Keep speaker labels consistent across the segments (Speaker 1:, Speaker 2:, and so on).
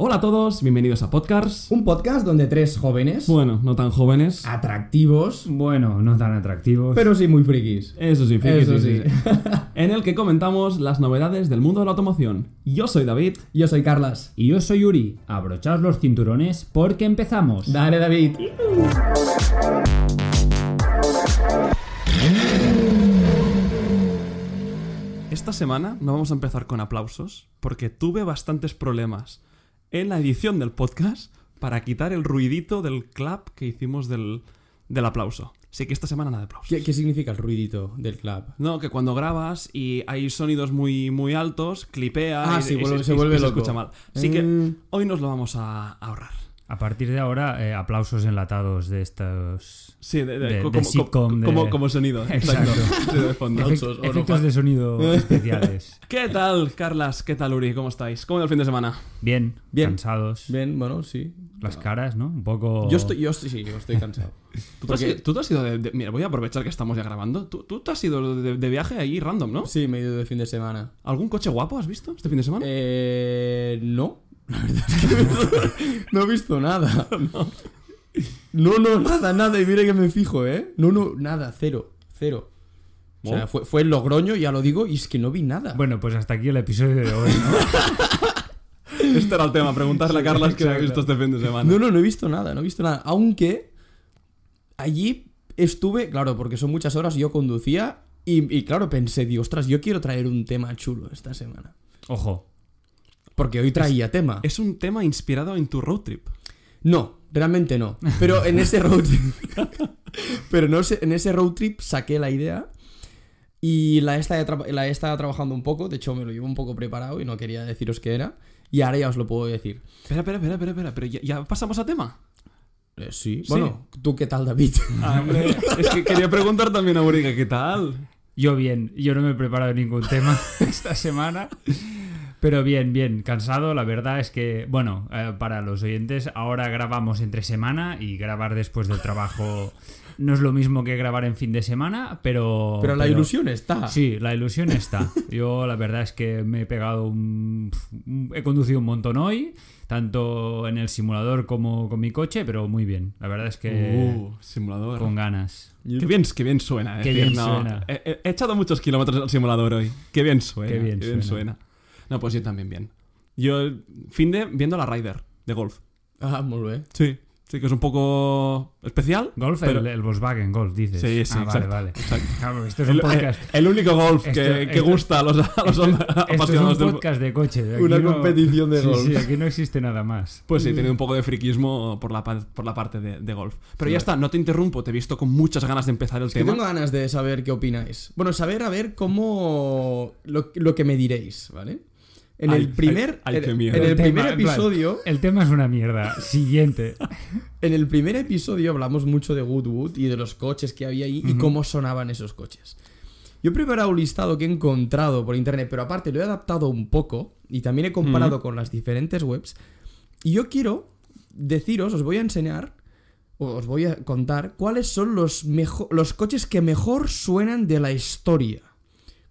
Speaker 1: Hola a todos, bienvenidos a Podcast.
Speaker 2: Un podcast donde tres jóvenes
Speaker 1: Bueno, no tan jóvenes.
Speaker 2: atractivos,
Speaker 3: Bueno, no tan atractivos.
Speaker 2: pero sí muy frikis.
Speaker 1: Eso sí, friki,
Speaker 2: Eso sí.
Speaker 1: En el que comentamos las novedades del mundo de la automoción. Yo soy David.
Speaker 2: Yo soy Carlas.
Speaker 3: Y yo soy Yuri. Abrochaos los cinturones porque empezamos.
Speaker 2: Dale, David.
Speaker 1: Esta semana no vamos a empezar con aplausos porque tuve bastantes problemas en la edición del podcast para quitar el ruidito del clap que hicimos del, del aplauso. Así que esta semana nada de aplausos.
Speaker 2: ¿Qué, qué significa el ruidito del clap?
Speaker 1: No, que cuando grabas y hay sonidos muy, muy altos, clipea
Speaker 2: Ah,
Speaker 1: y,
Speaker 2: sí,
Speaker 1: y-
Speaker 2: vuelve-
Speaker 1: y-
Speaker 2: se
Speaker 1: y-
Speaker 2: vuelve
Speaker 1: y
Speaker 2: loco.
Speaker 1: escucha mal. Así
Speaker 2: Eh.
Speaker 1: que hoy nos lo vamos a ahorrar.
Speaker 3: A partir de ahora, eh, aplausos enlatados de estos.
Speaker 1: Sí, de, de-
Speaker 3: De-
Speaker 1: co-
Speaker 3: de
Speaker 1: como,
Speaker 3: sitcom,
Speaker 1: co-
Speaker 3: de-
Speaker 1: como, como sonido.
Speaker 3: Exacto.
Speaker 1: Sí, de fondo.
Speaker 3: Efect-
Speaker 1: Osos, oro,
Speaker 3: efectos de sonido especiales.
Speaker 1: ¿Qué tal, Carlas? ¿Qué tal, Uri? ¿Cómo estáis? ¿Cómo ha ido el fin de semana?
Speaker 3: Bien,
Speaker 2: Bien.
Speaker 3: cansados.
Speaker 2: Bien, bueno, sí. Oh.
Speaker 3: Las caras, ¿no? Un poco.
Speaker 2: Yo estoy, yo estoy, sí, yo estoy cansado.
Speaker 1: ¿Tú,
Speaker 3: Pues
Speaker 1: te has ido- tú te has ido de, de- Mira, voy a aprovechar que estamos ya grabando. Tú, tú te has ido de, de viaje ahí random, ¿no?
Speaker 2: Sí, medio de fin de semana.
Speaker 1: ¿Algún coche guapo has visto este fin de semana?
Speaker 2: Eh, no. La verdad es que no, no he visto nada. No, no, nada, nada. Y mire que me fijo, ¿eh? No, no, nada, cero, cero. O sea,
Speaker 1: Oh.
Speaker 2: fue, fue en Logroño, ya lo digo, y es que no vi nada.
Speaker 3: Bueno, pues hasta aquí el episodio de hoy, ¿no?
Speaker 1: Este era el tema, preguntarle a Carlas qué ha
Speaker 3: exacto.
Speaker 1: visto este fin de semana.
Speaker 2: No, no, no he visto nada, no he visto nada. Aunque allí estuve, claro, porque son muchas horas, yo conducía y, y, claro, pensé, dios, ostras, yo quiero traer un tema chulo esta semana.
Speaker 3: Ojo.
Speaker 2: Porque hoy traía tema.
Speaker 1: Es un tema inspirado en tu road trip.
Speaker 2: No, realmente no. Pero en ese road trip... pero no sé, en ese road trip saqué la idea y la he, estado tra- la he estado trabajando un poco, de hecho me lo llevo un poco preparado y no quería deciros qué era. Y ahora ya os lo puedo decir.
Speaker 1: Espera, espera, espera, espera, espera. Pero ya, ya pasamos a tema.
Speaker 2: Eh, sí. Bueno, ¿tú qué tal, David?
Speaker 1: es que quería preguntar también a Uri que qué tal.
Speaker 3: Yo bien, yo no me he preparado ningún tema esta semana. Pero bien, bien, cansado. La verdad es que, bueno, eh, para los oyentes, ahora grabamos entre semana y grabar después del trabajo no es lo mismo que grabar en fin de semana, pero.
Speaker 2: pero la ilusión está.
Speaker 3: Sí, la ilusión está. Yo la verdad es que me he pegado un... un- He conducido un montón hoy, tanto en el simulador como con mi coche, pero muy bien. La verdad es que
Speaker 1: Uh, simulador.
Speaker 3: con ganas.
Speaker 1: Qué bien, qué bien suena. eh,
Speaker 3: Qué
Speaker 1: decir,
Speaker 3: bien
Speaker 1: no,
Speaker 3: suena.
Speaker 1: He, he- he echado muchos kilómetros al simulador hoy. Qué bien suena.
Speaker 3: Qué bien
Speaker 1: suena.
Speaker 3: suena.
Speaker 1: No, pues yo también bien. Yo, fin de, viendo la Ryder de golf.
Speaker 2: Ah, muy bien.
Speaker 1: Sí. Sí, que es un poco especial.
Speaker 3: Golf,
Speaker 1: pero-
Speaker 3: el, el Volkswagen Golf, dices.
Speaker 1: Sí, sí,
Speaker 3: Ah, vale,
Speaker 1: exacto,
Speaker 3: vale.
Speaker 1: exacto.
Speaker 3: Claro, esto es
Speaker 1: El,
Speaker 3: un
Speaker 1: eh,
Speaker 3: podcast.
Speaker 1: el único golf
Speaker 3: Esto-
Speaker 1: que, que
Speaker 3: esto-
Speaker 1: gusta a los, a los
Speaker 3: Esto es un
Speaker 1: apasionados del-
Speaker 3: podcast de coche. aquí
Speaker 2: Una
Speaker 3: no-
Speaker 2: competición de
Speaker 3: Sí,
Speaker 2: golf.
Speaker 3: Sí, aquí no existe nada más.
Speaker 1: Pues sí, he tenido un poco de friquismo por la, pa- por la parte de, de golf. Pero ya está, no te interrumpo, te he visto con muchas ganas de empezar el
Speaker 2: Que
Speaker 1: tema.
Speaker 2: tengo ganas de saber qué opináis. Bueno, saber a ver cómo lo, lo que me diréis, ¿vale? En
Speaker 1: Ay,
Speaker 2: el primer,
Speaker 1: ay, ay, qué
Speaker 2: en,
Speaker 1: miedo.
Speaker 2: en el
Speaker 3: tema,
Speaker 2: primer
Speaker 3: en plan,
Speaker 2: episodio,
Speaker 3: el tema es una mierda. Siguiente.
Speaker 2: en el primer episodio hablamos mucho de Goodwood y de los coches que había ahí y cómo sonaban esos coches. Yo he preparado un listado que he encontrado por internet, pero aparte lo he adaptado un poco y también he comparado con las diferentes webs. Y yo quiero deciros, os voy a enseñar, o os voy a contar cuáles son los, mejo- los coches que mejor suenan de la historia,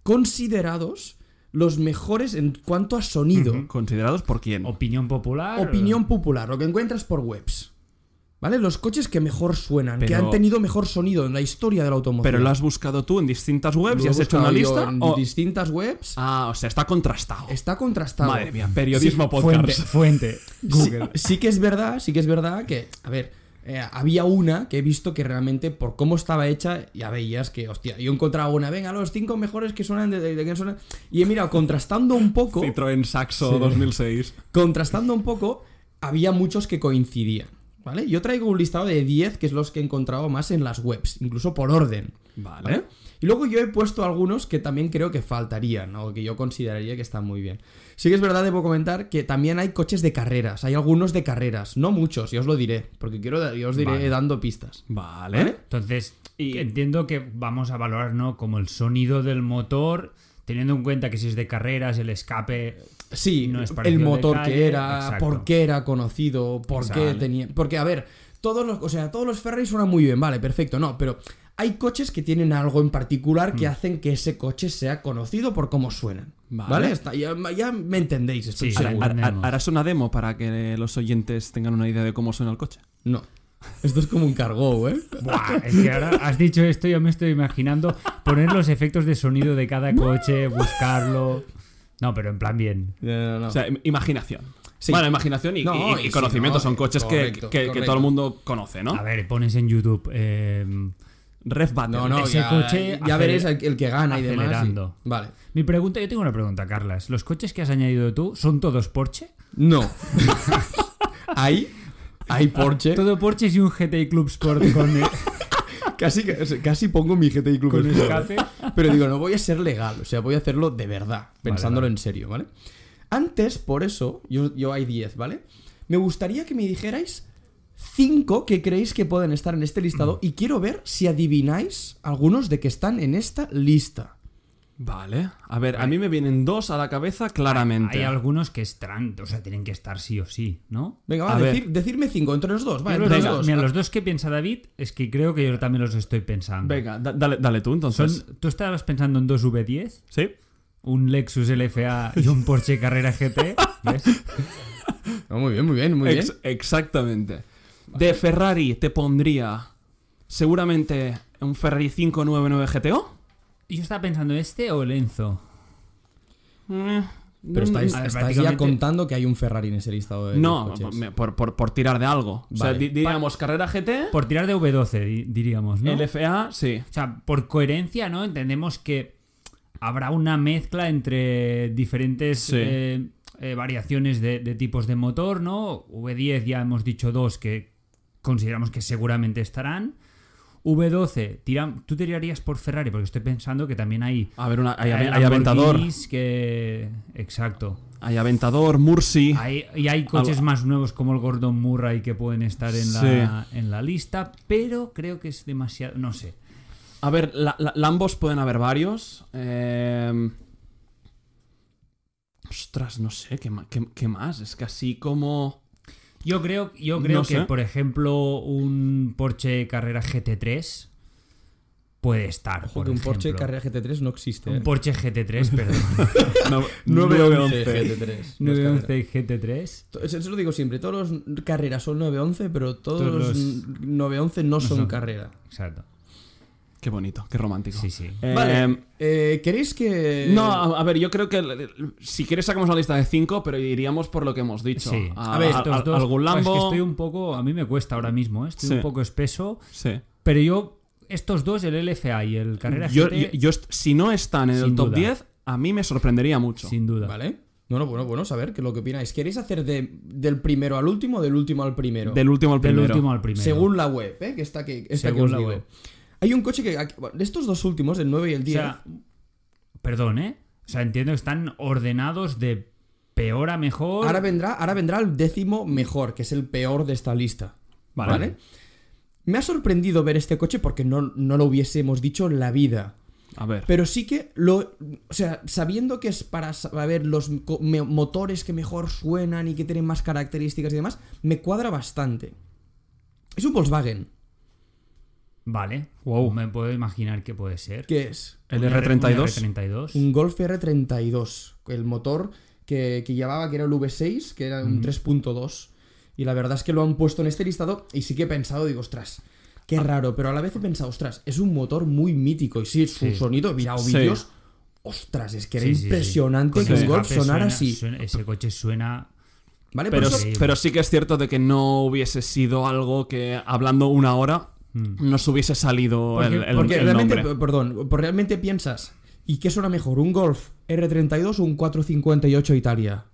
Speaker 2: considerados los mejores en cuanto a sonido.
Speaker 1: ¿Considerados por quién?
Speaker 3: Opinión popular.
Speaker 2: Opinión popular, lo que encuentras por webs. ¿Vale? Los coches que mejor suenan, que
Speaker 1: Pero-
Speaker 2: han tenido mejor sonido en la historia de la automoción.
Speaker 1: Pero lo has buscado tú en distintas webs
Speaker 2: Lo
Speaker 1: y
Speaker 2: he
Speaker 1: has hecho una
Speaker 2: buscado yo
Speaker 1: lista.
Speaker 2: En
Speaker 1: o-
Speaker 2: distintas webs.
Speaker 1: Ah, o sea, está contrastado.
Speaker 2: Está contrastado.
Speaker 1: Madre mía, periodismo
Speaker 3: Fuente,
Speaker 1: podcast.
Speaker 3: fuente.
Speaker 2: Sí,
Speaker 3: Google.
Speaker 2: sí que es verdad, sí que es verdad que, a ver, eh, había una que he visto que realmente por cómo estaba hecha, ya veías que, hostia, yo encontraba una, venga, los cinco mejores que suenan de, de- de que suenan. Y he mirado, contrastando un poco,
Speaker 1: Citroën Saxo
Speaker 3: Sí.
Speaker 1: 2006.
Speaker 2: contrastando un poco, había muchos que coincidían. ¿Vale? Yo traigo un listado de 10 que es los que he encontrado más en las webs, incluso por orden.
Speaker 1: Vale.
Speaker 2: Y luego yo he puesto algunos que también creo que faltarían, o que yo consideraría que están muy bien. Sí que es verdad, debo comentar que también hay coches de carreras, hay algunos de carreras, no muchos, ya os lo diré, porque quiero, dar- yo os diré
Speaker 3: Vale.
Speaker 2: dando pistas.
Speaker 1: Vale.
Speaker 2: ¿Vale?
Speaker 3: Entonces,
Speaker 1: Y-
Speaker 3: entiendo que vamos a valorar, ¿no? Como el sonido del motor, teniendo en cuenta que si es de carreras, el escape.
Speaker 2: Sí,
Speaker 3: No es
Speaker 2: el
Speaker 3: parecido al de
Speaker 2: motor
Speaker 3: calle,
Speaker 2: que era,
Speaker 3: exacto.
Speaker 2: por qué era conocido, por qué
Speaker 3: Exacto.
Speaker 2: tenía... Porque, a ver, todos los, o sea, todos los Ferrari suenan muy bien, vale, perfecto, no, pero hay coches que tienen algo en particular
Speaker 3: Mm.
Speaker 2: que hacen que ese coche sea conocido por cómo suenan.
Speaker 1: Vale.
Speaker 2: ¿Vale? Está- ya, ya me entendéis, estoy
Speaker 3: Sí,
Speaker 2: seguro.
Speaker 3: ahora-
Speaker 1: Har- har-
Speaker 3: Entendemos.
Speaker 1: ¿Harás una demo para que los oyentes tengan una idea de cómo suena el coche?
Speaker 2: No. Esto es como un cargo, ¿eh?
Speaker 3: Buah, es que ahora has dicho esto, yo me estoy imaginando poner los efectos de sonido de cada coche, buscarlo. No, pero en plan bien.
Speaker 2: No, no, no.
Speaker 1: O sea, im- imaginación.
Speaker 2: Sí.
Speaker 1: Bueno, imaginación y,
Speaker 2: No,
Speaker 1: y- y
Speaker 2: y sí,
Speaker 1: conocimiento
Speaker 2: no,
Speaker 1: son
Speaker 2: eh,
Speaker 1: coches que-
Speaker 2: correcto,
Speaker 1: que, que
Speaker 2: correcto.
Speaker 1: todo el mundo conoce, ¿no?
Speaker 3: A ver, pones en YouTube eh,
Speaker 1: Rev Battle.
Speaker 2: no, no,
Speaker 3: ese
Speaker 2: ya,
Speaker 3: coche
Speaker 2: ya
Speaker 3: aceler-
Speaker 2: veréis el, el que gana y demás. sí.
Speaker 3: acelerando.
Speaker 2: Vale.
Speaker 3: Mi pregunta, yo tengo una pregunta, Carlas. ¿Los coches que has añadido tú son todos Porsche?
Speaker 2: No. Ahí hay Porsche.
Speaker 3: Todo Porsche y un GTI Club Sport con, eh,
Speaker 2: Casi, casi pongo mi GTI Club
Speaker 3: con
Speaker 2: Sport.
Speaker 3: escape.
Speaker 2: Pero digo, no voy a ser legal, o sea, voy a hacerlo de verdad, pensándolo en serio, ¿vale? Antes, por eso, yo, yo hay 10, ¿vale? Me gustaría que me dijerais 5 que creéis que pueden estar en este listado y quiero ver si adivináis algunos de que están en esta lista.
Speaker 1: Vale. A ver, a mí me vienen dos a la cabeza claramente.
Speaker 3: Hay algunos que están, o sea, tienen que estar sí o sí, ¿no?
Speaker 2: Venga,
Speaker 1: A
Speaker 2: va,
Speaker 1: ver.
Speaker 2: decir, decirme 5, entre los dos, vale,
Speaker 3: Yo
Speaker 2: entre
Speaker 3: los
Speaker 2: los
Speaker 3: dos-
Speaker 2: dos.
Speaker 3: mira, los dos que piensa David es que creo que yo también los estoy pensando.
Speaker 1: Venga, da- dale, dale tú
Speaker 3: Son-
Speaker 1: entonces.
Speaker 2: pues.
Speaker 3: ¿Tú estabas pensando en dos V10?
Speaker 1: ¿Sí?
Speaker 3: un Lexus LFA y un Porsche Carrera GT. ¿Ves?
Speaker 2: Ah, No, muy bien, muy bien, muy bien.
Speaker 1: Ex- exactamente. De Ferrari te pondría seguramente un Ferrari 599 GTO.
Speaker 3: Yo estaba pensando, ¿este o el Enzo?
Speaker 1: Mm,
Speaker 2: Pero estáis,
Speaker 3: A ver,
Speaker 2: estáis ya
Speaker 3: prácticamente-
Speaker 2: contando que hay un Ferrari en ese listado de
Speaker 1: No,
Speaker 2: coches.
Speaker 1: me- por, por- por tirar de algo. O sea,
Speaker 2: Vale.
Speaker 1: di- diríamos carrera GT,
Speaker 3: Por tirar de V12, di- diríamos, ¿no?
Speaker 1: LFA, sí.
Speaker 3: O sea, por coherencia, ¿no? Entendemos que habrá una mezcla entre diferentes
Speaker 1: Sí.
Speaker 3: eh, eh, variaciones de, de tipos de motor, ¿no? V10 ya hemos dicho dos que consideramos que seguramente estarán. V12, tiran, tú tirarías por Ferrari, porque estoy pensando que también hay...
Speaker 1: A ver, una, hay,
Speaker 3: eh,
Speaker 1: hay Aventador.
Speaker 3: Lamborghinis que... Exacto.
Speaker 1: Hay Aventador, Mursi.
Speaker 3: Hay- y hay coches
Speaker 1: Algo-
Speaker 3: más nuevos como el Gordon Murray que pueden estar en la, en la lista, pero creo que es demasiado. No sé.
Speaker 1: A ver, la- la- Lambos pueden haber varios. Eh, Ostras, no sé, ¿qué, ma- qué, qué más? Es que así como...
Speaker 3: Yo creo, yo creo
Speaker 1: No
Speaker 3: que,
Speaker 1: sé.
Speaker 3: por ejemplo, un Porsche Carrera GT3 puede estar.
Speaker 2: Ojo,
Speaker 3: por
Speaker 2: que un Porsche
Speaker 3: ejemplo.
Speaker 2: Carrera GT3 no existe.
Speaker 3: Un
Speaker 2: ¿eh?
Speaker 3: Porsche GT3, perdón.
Speaker 2: 911 GT3. no es
Speaker 3: 911 GT3.
Speaker 2: carrera. Eso eso lo digo siempre, todos los carreras son 911, pero todos,
Speaker 3: Todos
Speaker 2: los
Speaker 3: los-
Speaker 2: 911 no, son
Speaker 3: son.
Speaker 2: carrera.
Speaker 3: Exacto.
Speaker 1: Qué bonito, qué romántico.
Speaker 3: Sí, sí.
Speaker 1: Eh,
Speaker 3: em,
Speaker 2: Vale, eh, ¿queréis que...?
Speaker 1: No, a, a ver, yo creo que el- el- si quieres sacamos la lista de 5, pero iríamos por lo que hemos dicho.
Speaker 3: Sí.
Speaker 1: A,
Speaker 2: A ver,
Speaker 1: a-
Speaker 3: Estos
Speaker 1: a-
Speaker 3: dos-
Speaker 1: algún
Speaker 3: es
Speaker 1: Lambo.
Speaker 3: que estoy un poco. A mí me cuesta ahora mismo, ¿eh? estoy
Speaker 1: Sí.
Speaker 3: un poco espeso.
Speaker 1: Sí.
Speaker 3: Pero yo, estos dos, el LFA y el Carrera
Speaker 1: Yo, yo-
Speaker 3: GT,
Speaker 1: yo est- si no están en el
Speaker 3: Sin
Speaker 1: top
Speaker 3: duda.
Speaker 1: 10, a mí me sorprendería mucho.
Speaker 3: sin duda.
Speaker 2: ¿Vale? No, no, bueno, bueno, saber qué es lo que opináis. ¿Queréis hacer de- del primero al último o del último al primero?
Speaker 1: Del último al
Speaker 3: Del
Speaker 1: primero.
Speaker 3: último al primero.
Speaker 2: Según la web, ¿eh? Que está que, esta que
Speaker 3: Según
Speaker 2: os
Speaker 3: la
Speaker 2: digo.
Speaker 3: web.
Speaker 2: Hay un coche que... aquí- bueno, De estos dos últimos, el 9 y el
Speaker 3: O
Speaker 2: 10...
Speaker 3: sea, perdón, ¿eh? O sea, entiendo que están ordenados de peor a mejor.
Speaker 2: ahora, vendrá, ahora vendrá el décimo mejor, que es el peor de esta lista.
Speaker 1: Vale.
Speaker 2: Vale. Me ha sorprendido ver este coche porque no, no lo hubiésemos dicho en la vida.
Speaker 1: A ver.
Speaker 2: Pero sí que lo. O sea, sabiendo que es para saber los co- me- motores que mejor suenan y que tienen más características y demás, me cuadra bastante. Es un Volkswagen.
Speaker 3: Vale. Wow. Me puedo imaginar que puede ser.
Speaker 2: ¿Qué es?
Speaker 1: el
Speaker 3: Un R-
Speaker 1: R32.
Speaker 3: un R32.
Speaker 2: Un Golf R32. El motor que, que llevaba, que era el V6, que era un 3.2. Y la verdad es que lo han puesto en este listado y sí que he pensado, digo, ostras,
Speaker 3: Ah.
Speaker 2: qué raro. Pero a la vez he pensado, ostras, es un motor muy mítico. Y sí, su
Speaker 3: Sí.
Speaker 2: sonido, he mirado
Speaker 1: Sí.
Speaker 2: vídeos. Ostras, es que era
Speaker 3: Sí, sí, sí.
Speaker 2: impresionante
Speaker 3: Con
Speaker 2: que
Speaker 3: ese
Speaker 2: un Golf
Speaker 3: escape
Speaker 2: sonara
Speaker 3: suena-
Speaker 2: así.
Speaker 3: suena- ese coche suena.
Speaker 2: ¿Vale? Por
Speaker 1: Pero,
Speaker 2: eso-
Speaker 1: sí-
Speaker 3: Pues sí.
Speaker 1: pero sí que es cierto de que no hubiese sido algo que hablando una hora nos hubiese salido
Speaker 3: Hmm. Porque-
Speaker 1: el, el-
Speaker 2: porque
Speaker 1: el
Speaker 2: realmente,
Speaker 1: nombre.
Speaker 2: p- perdón, por- realmente piensas, ¿y qué suena mejor? ¿Un Golf R32 o un 458 Italia?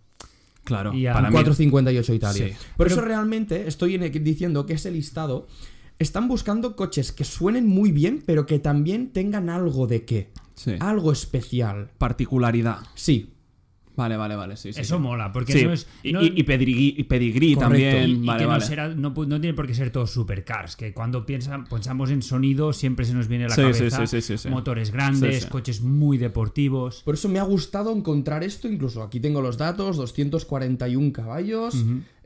Speaker 1: Claro,
Speaker 3: y a-
Speaker 1: para
Speaker 2: Un
Speaker 1: mí-
Speaker 2: 458 Italia.
Speaker 1: Sí.
Speaker 2: Por eso realmente estoy en- e- diciendo que ese listado están buscando coches que suenen muy bien, pero que también tengan algo de qué.
Speaker 1: sí.
Speaker 2: Algo especial.
Speaker 1: ah, Particularidad.
Speaker 2: Sí.
Speaker 1: Vale, vale, vale. Sí, sí,
Speaker 3: Eso
Speaker 1: sí.
Speaker 3: mola, porque
Speaker 1: Sí,
Speaker 3: no es.
Speaker 1: y,
Speaker 3: no-
Speaker 1: y- y pedigrí, y pedigrí
Speaker 2: Correcto.
Speaker 1: también.
Speaker 3: y- y
Speaker 1: vale,
Speaker 3: que
Speaker 1: vale.
Speaker 3: no, será, no, pu- no tiene por qué ser todos supercars, que cuando piensan, pensamos en sonido siempre se nos viene a la
Speaker 1: Sí, sí,
Speaker 3: cabeza
Speaker 1: sí, sí, sí, sí.
Speaker 3: motores grandes,
Speaker 1: Sí, sí.
Speaker 3: coches muy deportivos.
Speaker 2: Por eso me ha gustado encontrar esto, incluso aquí tengo los datos, 241 caballos,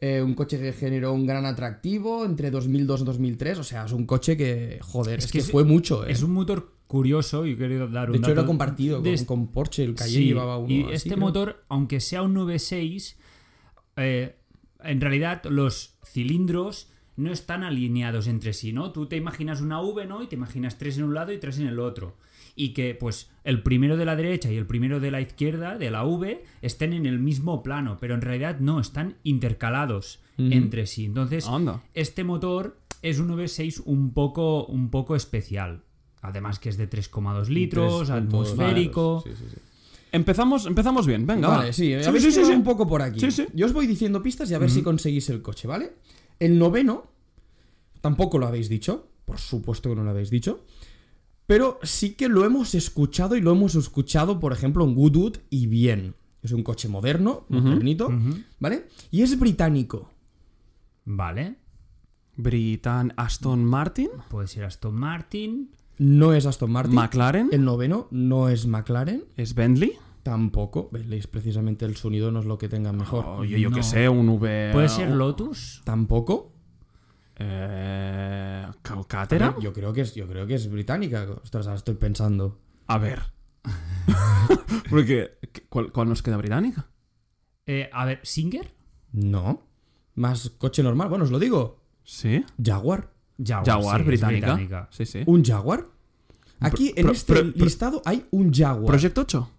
Speaker 2: eh, un coche que generó un gran atractivo entre 2002 y 2003. O sea, es un coche que, joder,
Speaker 3: Es
Speaker 2: es,
Speaker 3: que
Speaker 2: que,
Speaker 3: es-
Speaker 2: fue mucho,
Speaker 1: Pues,
Speaker 2: ¿eh?
Speaker 3: Es un motor curioso y quería dar un
Speaker 2: de hecho, era
Speaker 3: dato
Speaker 2: compartido
Speaker 3: de
Speaker 2: con,
Speaker 3: este-
Speaker 2: con Porsche, el Cayenne
Speaker 3: Sí,
Speaker 2: llevaba uno
Speaker 3: Y
Speaker 2: así,
Speaker 3: este
Speaker 2: creo.
Speaker 3: motor, aunque sea un 9.6, eh, en realidad los cilindros no están alineados entre sí, ¿no? Tú te imaginas una V, ¿no? Y te imaginas tres en un lado y tres en el otro. Y que, pues, el primero de la derecha y el primero de la izquierda, de la V, estén en el mismo plano, pero en realidad no, están intercalados
Speaker 2: Ujú.
Speaker 3: entre sí. Entonces,
Speaker 1: Anda.
Speaker 3: este motor es un V6 un poco, un poco especial. Además que es de 3,2 litros,
Speaker 2: 3.2
Speaker 3: atmosférico.
Speaker 2: Sí, sí, sí.
Speaker 1: Empezamos, empezamos bien, venga.
Speaker 2: Vale,
Speaker 1: va.
Speaker 2: sí, a ver
Speaker 1: sí, sí, sí.
Speaker 2: un poco por aquí.
Speaker 1: Sí, sí.
Speaker 2: Yo os voy diciendo pistas y a ver si conseguís el coche, ¿vale? El noveno, tampoco lo habéis dicho, por supuesto que no lo habéis dicho, pero sí que lo hemos escuchado y lo hemos escuchado, por ejemplo, en Goodwood y bien. Es un coche moderno, modernito,
Speaker 3: Ujú.
Speaker 2: ¿vale? Y es británico.
Speaker 3: Vale.
Speaker 1: Britan Aston Martin,
Speaker 3: Puede ser Aston Martin.
Speaker 2: No es Aston Martin.
Speaker 1: McLaren,
Speaker 2: el noveno no es McLaren,
Speaker 1: es Bentley.
Speaker 2: tampoco. Veis, precisamente el sonido no es lo que tengan mejor.
Speaker 1: O yo, yo
Speaker 3: no.
Speaker 1: qué sé, un V.
Speaker 3: Puede ser
Speaker 1: un-
Speaker 3: Lotus.
Speaker 2: Tampoco.
Speaker 1: Eh, Ca- ¿Cátedra?
Speaker 2: Yo creo que es, yo creo que es británica. Ostras, ahora estoy pensando.
Speaker 1: A ver. Porque, ¿qué- ¿cuál, cuál nos queda británica?
Speaker 3: Eh, a ver, Singer.
Speaker 2: No. Más coche normal. Bueno, os lo digo.
Speaker 1: Sí.
Speaker 2: Ah, Jaguar.
Speaker 3: Jaguar,
Speaker 1: Jaguar,
Speaker 3: sí, es
Speaker 1: británica. Sí,
Speaker 3: ¿Eh?
Speaker 1: sí.
Speaker 2: ¿Un Jaguar? Aquí en
Speaker 1: pro-
Speaker 2: este
Speaker 1: pro- pro-
Speaker 2: listado hay un Jaguar.
Speaker 1: Project 8.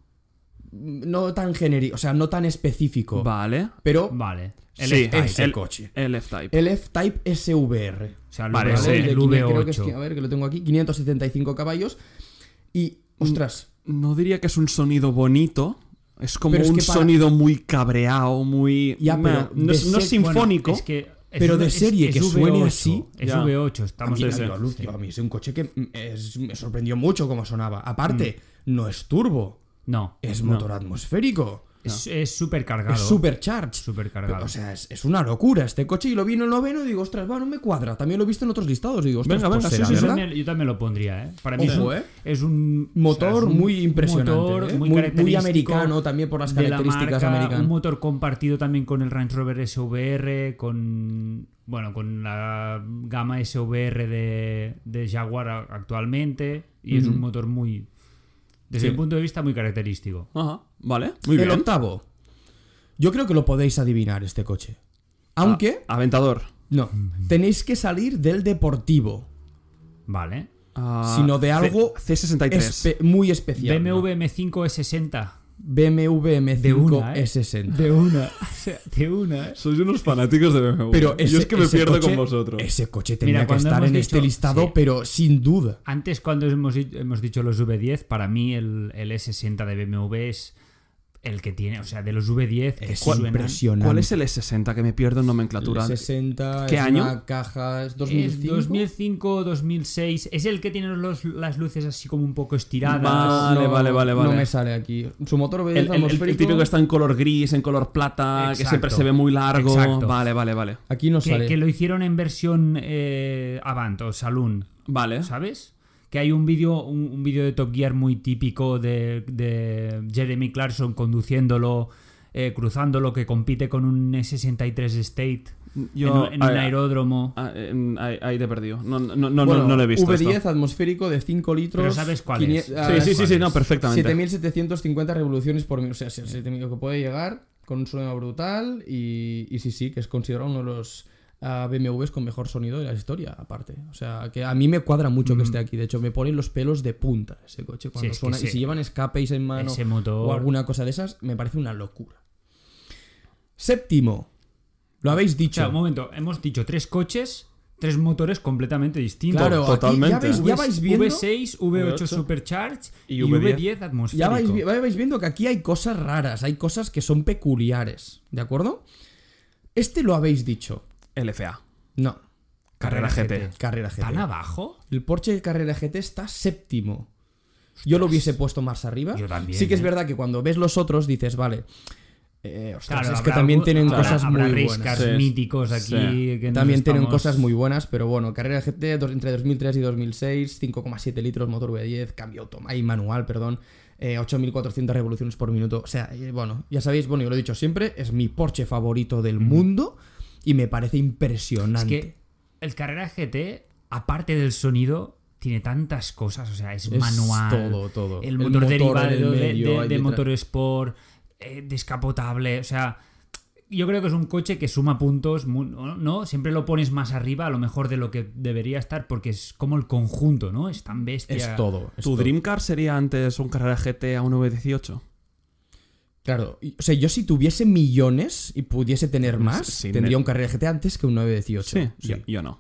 Speaker 2: No tan genérico, o sea, no tan específico.
Speaker 1: Vale.
Speaker 2: Pero
Speaker 3: Vale. El
Speaker 1: Sí,
Speaker 3: F-Type.
Speaker 1: es
Speaker 2: ese
Speaker 1: el-
Speaker 2: coche.
Speaker 1: El F-Type.
Speaker 2: El F-Type SVR.
Speaker 3: O sea, el,
Speaker 1: Vale,
Speaker 3: V-
Speaker 1: sí.
Speaker 3: el
Speaker 2: de quinien- creo que es que- a
Speaker 3: V8.
Speaker 2: ver, que lo tengo aquí. 575 caballos. Y,
Speaker 3: Mm,
Speaker 2: ostras,
Speaker 1: No diría que es un sonido bonito. Es como
Speaker 2: Pero es
Speaker 1: un
Speaker 2: que para-
Speaker 1: sonido muy cabreado, muy.
Speaker 2: Ya,
Speaker 1: Nah,
Speaker 2: pero
Speaker 1: no, es,
Speaker 2: de
Speaker 1: no es
Speaker 2: ser-
Speaker 3: Bueno,
Speaker 1: sinfónico.
Speaker 3: es que es
Speaker 2: Pero
Speaker 3: un-
Speaker 2: de
Speaker 3: es-
Speaker 2: serie,
Speaker 3: es
Speaker 2: que suene
Speaker 3: V8,
Speaker 2: así.
Speaker 3: Es
Speaker 1: Ya.
Speaker 3: V8,
Speaker 2: a
Speaker 3: estamos
Speaker 2: mí,
Speaker 3: en
Speaker 1: sí,
Speaker 2: yo alu- yo a mí es un coche que mm, es- me sorprendió mucho cómo sonaba. Aparte,
Speaker 3: Mm.
Speaker 2: no es turbo,
Speaker 3: No,
Speaker 2: es motor atmosférico.
Speaker 3: es, es supercargado.
Speaker 2: Eh, Es supercharged.
Speaker 3: Supercargado.
Speaker 2: Pero, o sea, es, es una locura este coche. Y lo vi en el noveno y digo, ostras, va, no me cuadra. También lo he visto en otros listados. Y digo, ostras,
Speaker 1: Venga,
Speaker 2: pues
Speaker 1: venga,
Speaker 2: será,
Speaker 1: sí,
Speaker 3: yo,
Speaker 1: sí,
Speaker 2: ¿verdad?
Speaker 3: también, yo también lo pondría, ¿eh? Para mí es
Speaker 2: Ojo,
Speaker 3: un,
Speaker 2: ¿eh?
Speaker 3: es un-
Speaker 2: Motor
Speaker 3: o sea, es un
Speaker 2: muy impresionante,
Speaker 3: Motor
Speaker 2: ¿eh?
Speaker 3: muy,
Speaker 2: Muy- muy
Speaker 3: característico
Speaker 2: americano también por las
Speaker 3: de la
Speaker 2: características
Speaker 3: marca,
Speaker 2: americanas.
Speaker 3: Un motor compartido también con el Range Rover SVR, con. Bueno, con la gama SVR de, de Jaguar a- actualmente. Y es un motor muy. Desde
Speaker 2: Sí.
Speaker 3: mi punto de vista, muy característico.
Speaker 1: Ajá. Vale. Muy
Speaker 2: el
Speaker 1: bien.
Speaker 2: octavo. Yo creo que lo podéis adivinar este coche. Aunque,
Speaker 1: A- aventador.
Speaker 2: no,
Speaker 1: Mm.
Speaker 2: tenéis que salir del deportivo.
Speaker 3: Vale.
Speaker 1: Ah,
Speaker 2: Sino de
Speaker 1: C-
Speaker 2: algo
Speaker 1: C63.
Speaker 2: espe- muy especial.
Speaker 3: BMW M5 E60.
Speaker 2: BMW M5
Speaker 3: De una, ¿eh?
Speaker 2: E60.
Speaker 3: De una. o sea, de una. ¿eh?
Speaker 1: Sois unos fanáticos de BMW.
Speaker 2: Pero ese,
Speaker 1: Yo es que me
Speaker 2: ese
Speaker 1: pierdo
Speaker 2: coche-
Speaker 1: con vosotros.
Speaker 2: Ese coche tenía que
Speaker 3: cuando
Speaker 2: estar
Speaker 3: hemos
Speaker 2: en este
Speaker 3: dicho-
Speaker 2: listado,
Speaker 3: sí.
Speaker 2: pero sin duda.
Speaker 3: Antes, cuando hemos, di- hemos dicho los V10, para mí el, el S60 de BMW es el que tiene, o sea, de los V10 que
Speaker 2: Es
Speaker 3: suenan-
Speaker 2: impresionante.
Speaker 1: ¿Cuál es el E60 que me pierdo en nomenclatura?
Speaker 2: 60,
Speaker 1: ¿Qué
Speaker 2: es
Speaker 1: año?
Speaker 2: una caja, es
Speaker 3: Es
Speaker 2: 2005.
Speaker 3: 2005, 2006. Es el que tiene los, las luces así como un poco estiradas.
Speaker 1: Va- Vale, vale, vale, vale.
Speaker 2: No me sale aquí. Su motor
Speaker 1: El, el- el- el típico que está en color gris, en color plata, que
Speaker 3: Exacto.
Speaker 1: siempre se ve muy largo.
Speaker 3: Exacto.
Speaker 1: Vale, vale, vale.
Speaker 2: Aquí no
Speaker 3: Que,
Speaker 2: sale.
Speaker 3: que lo hicieron en versión eh, Avant o Saloon,
Speaker 1: Vale.
Speaker 3: ¿sabes? Que hay un vídeo un, un vídeo de Top Gear muy típico de, de Jeremy Clarkson conduciéndolo, eh, cruzándolo, que compite con un E63 State en
Speaker 1: Yo,
Speaker 3: un- en, un
Speaker 1: ah,
Speaker 3: aeródromo.
Speaker 1: ah, en- ahí, ahí te he perdido. No, no, no, no,
Speaker 2: Bueno,
Speaker 1: no lo he visto.
Speaker 2: V10
Speaker 1: esto.
Speaker 2: atmosférico de 5 litros.
Speaker 3: Pero ¿sabes cuál
Speaker 2: quinien-
Speaker 3: es?
Speaker 2: ah,
Speaker 1: Sí, sí, sí, sí,
Speaker 3: ¿cuál
Speaker 1: no,
Speaker 3: es?
Speaker 1: perfectamente.
Speaker 2: 7750 revoluciones por minuto. O sea, 7000 que puede llegar con un sonido brutal. Y, y sí, sí, que es considerado uno de los ah, BMWs con mejor sonido de la historia, aparte. O sea, que a mí me cuadra mucho que esté aquí. De hecho, me ponen los pelos de punta ese coche cuando
Speaker 3: Mm. es que
Speaker 2: suena. Y
Speaker 3: ese-
Speaker 2: si llevan escapes en mano
Speaker 3: ese motor-
Speaker 2: o alguna cosa de esas, me parece una locura. Séptimo. Lo habéis
Speaker 3: O
Speaker 2: dicho.
Speaker 3: sea, un momento, hemos dicho tres coches, tres motores completamente distintos.
Speaker 2: Claro, aquí
Speaker 1: Totalmente.
Speaker 2: ya, vais, ya vais viendo.
Speaker 3: V6, V8,
Speaker 1: V8,
Speaker 3: Supercharge
Speaker 1: y
Speaker 3: y,
Speaker 1: V10
Speaker 3: V10, atmosférico.
Speaker 2: Ya vais, vi- vais viendo que aquí hay cosas raras, hay cosas que son peculiares, ¿de acuerdo? Este lo habéis dicho.
Speaker 1: LFA.
Speaker 2: No,
Speaker 1: Carrera GT.
Speaker 2: carrera
Speaker 3: ¿Tan
Speaker 2: GT.
Speaker 3: abajo?
Speaker 2: El Porsche de carrera GT está séptimo. Yo lo hubiese puesto más arriba.
Speaker 3: Yo también,
Speaker 2: sí que es
Speaker 3: ¿eh?
Speaker 2: verdad que cuando ves los otros dices, vale. eh, ostras,
Speaker 3: Claro,
Speaker 2: es que
Speaker 3: habrá
Speaker 2: también
Speaker 3: algún-
Speaker 2: tienen
Speaker 3: habrá-
Speaker 2: cosas
Speaker 3: habrá
Speaker 2: muy
Speaker 3: race
Speaker 2: buenas.
Speaker 3: cars
Speaker 1: Sí.
Speaker 3: míticos aquí.
Speaker 1: Sí.
Speaker 3: que nos
Speaker 2: También tienen
Speaker 3: estamos-
Speaker 2: cosas muy buenas, pero bueno, carrera GT dos- entre 2003 y 2006, 5,7 litros, motor V10, cambio automático y manual, perdón, eh, 8.400 revoluciones por minuto. O sea, eh, bueno, ya sabéis, bueno, yo lo he dicho siempre, es mi Porsche favorito del mundo. y me parece
Speaker 3: Es
Speaker 2: impresionante.
Speaker 3: que el Carrera GT, aparte del sonido, tiene tantas cosas. O sea, es,
Speaker 2: Es
Speaker 3: manual.
Speaker 2: todo, todo.
Speaker 3: El
Speaker 2: El
Speaker 3: motor,
Speaker 2: motor en
Speaker 3: derivado
Speaker 2: el
Speaker 3: de-
Speaker 2: medio,
Speaker 3: de,
Speaker 2: hay
Speaker 3: de
Speaker 2: detrás.
Speaker 3: motor sport, eh, descapotable. O sea, yo creo que es un coche que suma puntos, mu- ¿no? Siempre lo pones más arriba, a lo mejor de lo que debería estar, porque es como el conjunto, ¿no? Es tan bestia.
Speaker 2: es todo. es
Speaker 1: ¿Tu
Speaker 2: todo.
Speaker 1: Dream Car sería antes un Carrera GT a un V18?
Speaker 2: Claro, y- o sea, yo si tuviese millones y pudiese tener más,
Speaker 1: sí,
Speaker 2: tendría
Speaker 1: ne-
Speaker 2: un carrera GT antes que un 918.
Speaker 1: Sí,
Speaker 2: Sí.
Speaker 1: Yo, yo no.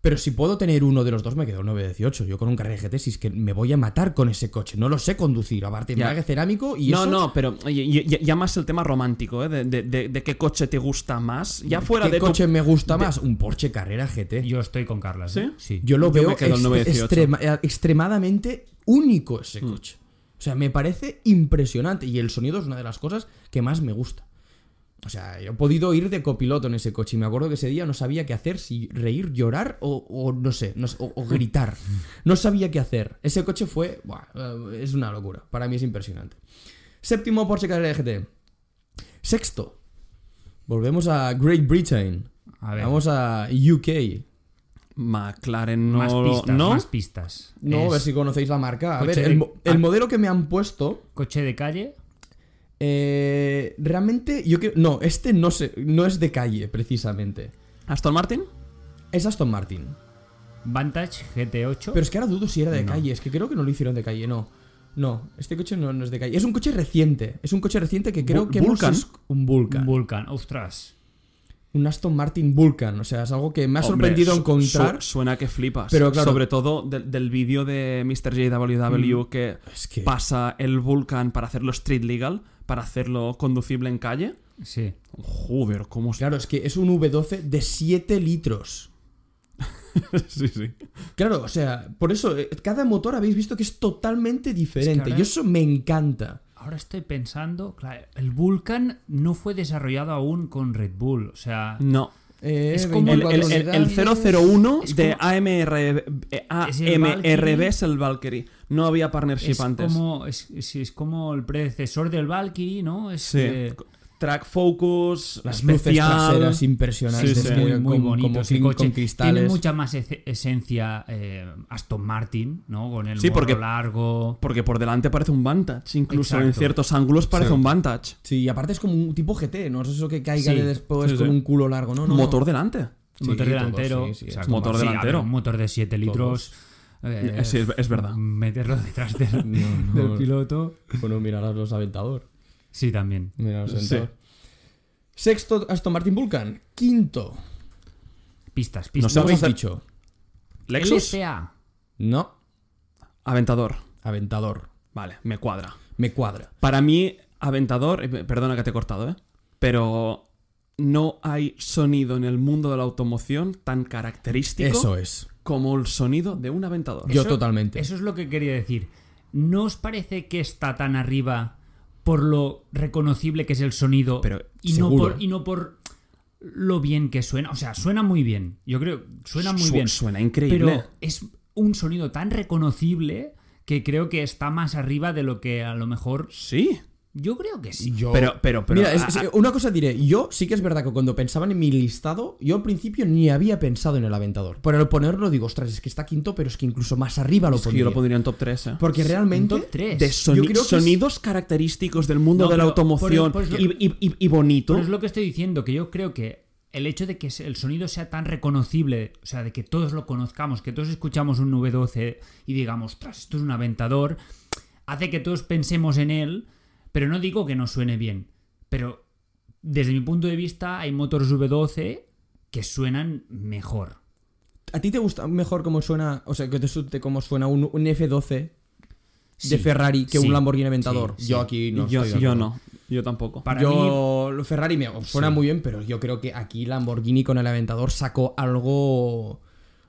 Speaker 2: Pero si puedo tener uno de los dos, me quedo un 918. Yo con un carrera GT, si es que me voy a matar con ese coche, no lo sé conducir. Aparte,
Speaker 1: Ya.
Speaker 2: embrague cerámico y
Speaker 1: no,
Speaker 2: eso.
Speaker 1: no, pero oye, y- y- ya más el tema romántico, ¿eh? De, de- de- de qué coche te gusta más. Ya fuera
Speaker 2: ¿Qué
Speaker 1: de tu-
Speaker 2: coche me gusta más? Un Porsche Carrera GT. Yo,
Speaker 3: Yo estoy con Carlas. ¿eh? Sí.
Speaker 2: lo
Speaker 1: yo
Speaker 2: veo
Speaker 1: me quedo el
Speaker 2: ex-
Speaker 1: 918.
Speaker 2: extrema- eh, extremadamente único ese coche. O sea, me parece impresionante. Y el sonido es una de las cosas que más me gusta. O sea, yo he podido ir de copiloto en ese coche y me acuerdo que ese día no sabía qué hacer, si reír, llorar o, o no sé, no sé, o, o gritar. No sabía qué hacer. Ese coche fue, buah, eh, es una locura. Para mí es impresionante. Séptimo Porsche Carrera GT. Sexto. Volvemos a Great Britain.
Speaker 3: A ver.
Speaker 2: Vamos a UK.
Speaker 1: McLaren no.
Speaker 3: Más pistas,
Speaker 1: ¿no?
Speaker 3: más pistas.
Speaker 2: No,
Speaker 3: Es
Speaker 2: a ver si conocéis la marca. A
Speaker 3: Coche
Speaker 2: ver, el,
Speaker 3: de-
Speaker 2: mo- el
Speaker 3: ah.
Speaker 2: modelo que me han puesto.
Speaker 3: Coche de calle.
Speaker 2: eh, realmente, yo que. No, este no, sé, no es de calle, precisamente.
Speaker 1: ¿Aston Martin?
Speaker 2: Es Aston Martin.
Speaker 3: Vantage GT8.
Speaker 2: Pero es que ahora dudo si era de
Speaker 3: No.
Speaker 2: calle. Es que creo que no lo hicieron de calle, no. No, este coche no, no es de calle. Es un coche reciente. Es un coche reciente que creo
Speaker 1: Vul-
Speaker 2: que. hemos
Speaker 1: Vulcan.
Speaker 2: es- un Vulcan.
Speaker 3: Vulcan. Ostras.
Speaker 2: un Aston Martin Vulcan. O sea, es algo que me ha
Speaker 1: Hombre,
Speaker 2: sorprendido
Speaker 1: su-
Speaker 2: encontrar.
Speaker 1: su- suena que flipas.
Speaker 2: Pero claro-
Speaker 1: Sobre todo del, del vídeo de Mr. JW que,
Speaker 2: Es que-
Speaker 1: pasa el Vulcan para hacerlo street legal, para hacerlo conducible en calle.
Speaker 3: Sí.
Speaker 1: Joder, cómo se-
Speaker 2: Claro, es que es un V12 de 7 litros.
Speaker 1: sí, sí.
Speaker 2: Claro, o sea, por eso eh, cada motor habéis visto que es totalmente diferente.
Speaker 3: ahora-
Speaker 2: Y eso me encanta.
Speaker 3: Ahora estoy pensando, claro, el Vulcan no fue desarrollado aún con Red Bull, o sea,
Speaker 1: No.
Speaker 2: Eh,
Speaker 3: Es como
Speaker 1: El,
Speaker 2: 24
Speaker 1: el- el- el
Speaker 2: unidades.
Speaker 1: 001
Speaker 3: Es
Speaker 1: de
Speaker 3: como-
Speaker 1: AMR, eh,
Speaker 3: Es el
Speaker 1: AMRB es el Valkyrie. No había partnership
Speaker 3: es
Speaker 1: antes.
Speaker 3: como, es, es- es como el predecesor del Valkyrie, ¿no? Es,
Speaker 1: Sí.
Speaker 3: eh,
Speaker 1: Track Focus,
Speaker 2: Las luces
Speaker 1: especial.
Speaker 2: traseras impresionantes.
Speaker 1: Sí, sí.
Speaker 2: que
Speaker 3: muy,
Speaker 2: eran
Speaker 3: muy
Speaker 2: con-
Speaker 3: bonito
Speaker 2: como
Speaker 3: ese
Speaker 2: crin-
Speaker 3: coche.
Speaker 2: con
Speaker 3: Tiene
Speaker 2: cristales.
Speaker 3: mucha más ece- esencia eh, Aston Martin, ¿no? Con el
Speaker 1: Sí,
Speaker 3: sí,
Speaker 1: porque-
Speaker 3: largo.
Speaker 1: Porque por delante parece un Vantage. Incluso en
Speaker 3: Exacto.
Speaker 1: ciertos ángulos parece
Speaker 2: Sí.
Speaker 1: un Vantage.
Speaker 2: Sí, y aparte es como un tipo GT, no es eso que caiga
Speaker 3: Sí,
Speaker 2: de después
Speaker 1: sí,
Speaker 2: con
Speaker 1: sí.
Speaker 2: un culo largo, no, no. no.
Speaker 1: Motor delante.
Speaker 2: Sí,
Speaker 3: motor
Speaker 2: todo,
Speaker 3: delantero.
Speaker 2: sí, sí,
Speaker 3: o sea,
Speaker 2: es
Speaker 3: como-
Speaker 1: motor
Speaker 3: sí, a ver,
Speaker 1: delantero.
Speaker 3: un motor de 7 litros. eh,
Speaker 1: Sí, es- es verdad.
Speaker 3: Meterlo detrás del,
Speaker 2: No, no,
Speaker 3: del piloto.
Speaker 2: Bueno, mirarás los Aventador.
Speaker 3: Sí, también.
Speaker 2: Mirarás
Speaker 1: Sí.
Speaker 2: Aventador. Sexto Aston Martin Vulcan. Quinto.
Speaker 3: Pistas,
Speaker 1: No
Speaker 3: pistas.
Speaker 1: sé,
Speaker 2: ¿Lo habéis
Speaker 1: hacer-
Speaker 2: dicho?
Speaker 1: Lexus.
Speaker 3: LSA.
Speaker 2: No.
Speaker 1: Aventador.
Speaker 2: Aventador.
Speaker 1: Vale, me cuadra.
Speaker 2: Me cuadra.
Speaker 1: Para mí, Aventador, eh, perdona que te he cortado, ¿eh? Pero no hay sonido en el mundo de la automoción tan característico
Speaker 2: Eso es.
Speaker 1: como el sonido de un Aventador.
Speaker 2: Yo
Speaker 3: Eso-
Speaker 2: totalmente.
Speaker 3: Eso es lo que quería decir. ¿No os parece que está tan arriba por lo reconocible que es el sonido
Speaker 2: Pero,
Speaker 3: y,
Speaker 2: seguro.
Speaker 1: ¿eh?
Speaker 3: no por, y no por lo bien que suena? O sea, suena muy bien. Yo creo, suena muy
Speaker 1: Su-
Speaker 3: bien.
Speaker 1: Suena increíble.
Speaker 3: Pero es un sonido tan reconocible que creo que está más arriba de lo que a lo mejor...
Speaker 1: Sí.
Speaker 3: Yo creo que sí.
Speaker 2: Yo-
Speaker 1: Pero, pero, pero.
Speaker 2: Mira, es-
Speaker 1: a-
Speaker 2: es-
Speaker 1: a-
Speaker 2: una cosa diré, yo sí que es verdad que cuando pensaban en mi listado, yo al principio ni había pensado en el Aventador. Pero al ponerlo digo, ostras, es que está quinto, pero es que incluso más arriba lo
Speaker 1: es que yo
Speaker 2: pondría.
Speaker 1: lo pondría en top 3, ¿eh?
Speaker 2: Porque
Speaker 3: En
Speaker 2: realmente...
Speaker 3: top 3.
Speaker 1: de soni-
Speaker 2: yo creo que es-
Speaker 1: sonidos característicos del mundo
Speaker 3: No,
Speaker 1: de la
Speaker 3: pero por-
Speaker 1: automoción
Speaker 3: por eso-
Speaker 1: y, y- y- y bonito.
Speaker 3: Pero es lo que estoy diciendo, que yo creo que el hecho de que el sonido sea tan reconocible, o sea, de que todos lo conozcamos, que todos escuchamos un V12 y digamos, ostras, esto es un aventador, hace que todos pensemos en él, pero no digo que no suene bien. Pero desde mi punto de vista hay motores V12 que suenan mejor.
Speaker 2: ¿A ti te gusta mejor cómo suena, o sea, que te sute cómo suena un, un F12 de
Speaker 3: Sí,
Speaker 2: Ferrari que
Speaker 3: sí,
Speaker 2: un Lamborghini Aventador?
Speaker 3: sí,
Speaker 2: Yo
Speaker 3: sí.
Speaker 2: aquí no.
Speaker 1: yo,
Speaker 2: estoy de
Speaker 1: yo
Speaker 2: acuerdo.
Speaker 1: no. Yo tampoco.
Speaker 3: Para mí,
Speaker 2: yo, lo Ferrari me suena
Speaker 3: Sí.
Speaker 2: muy bien, pero yo creo que aquí Lamborghini con el Aventador sacó algo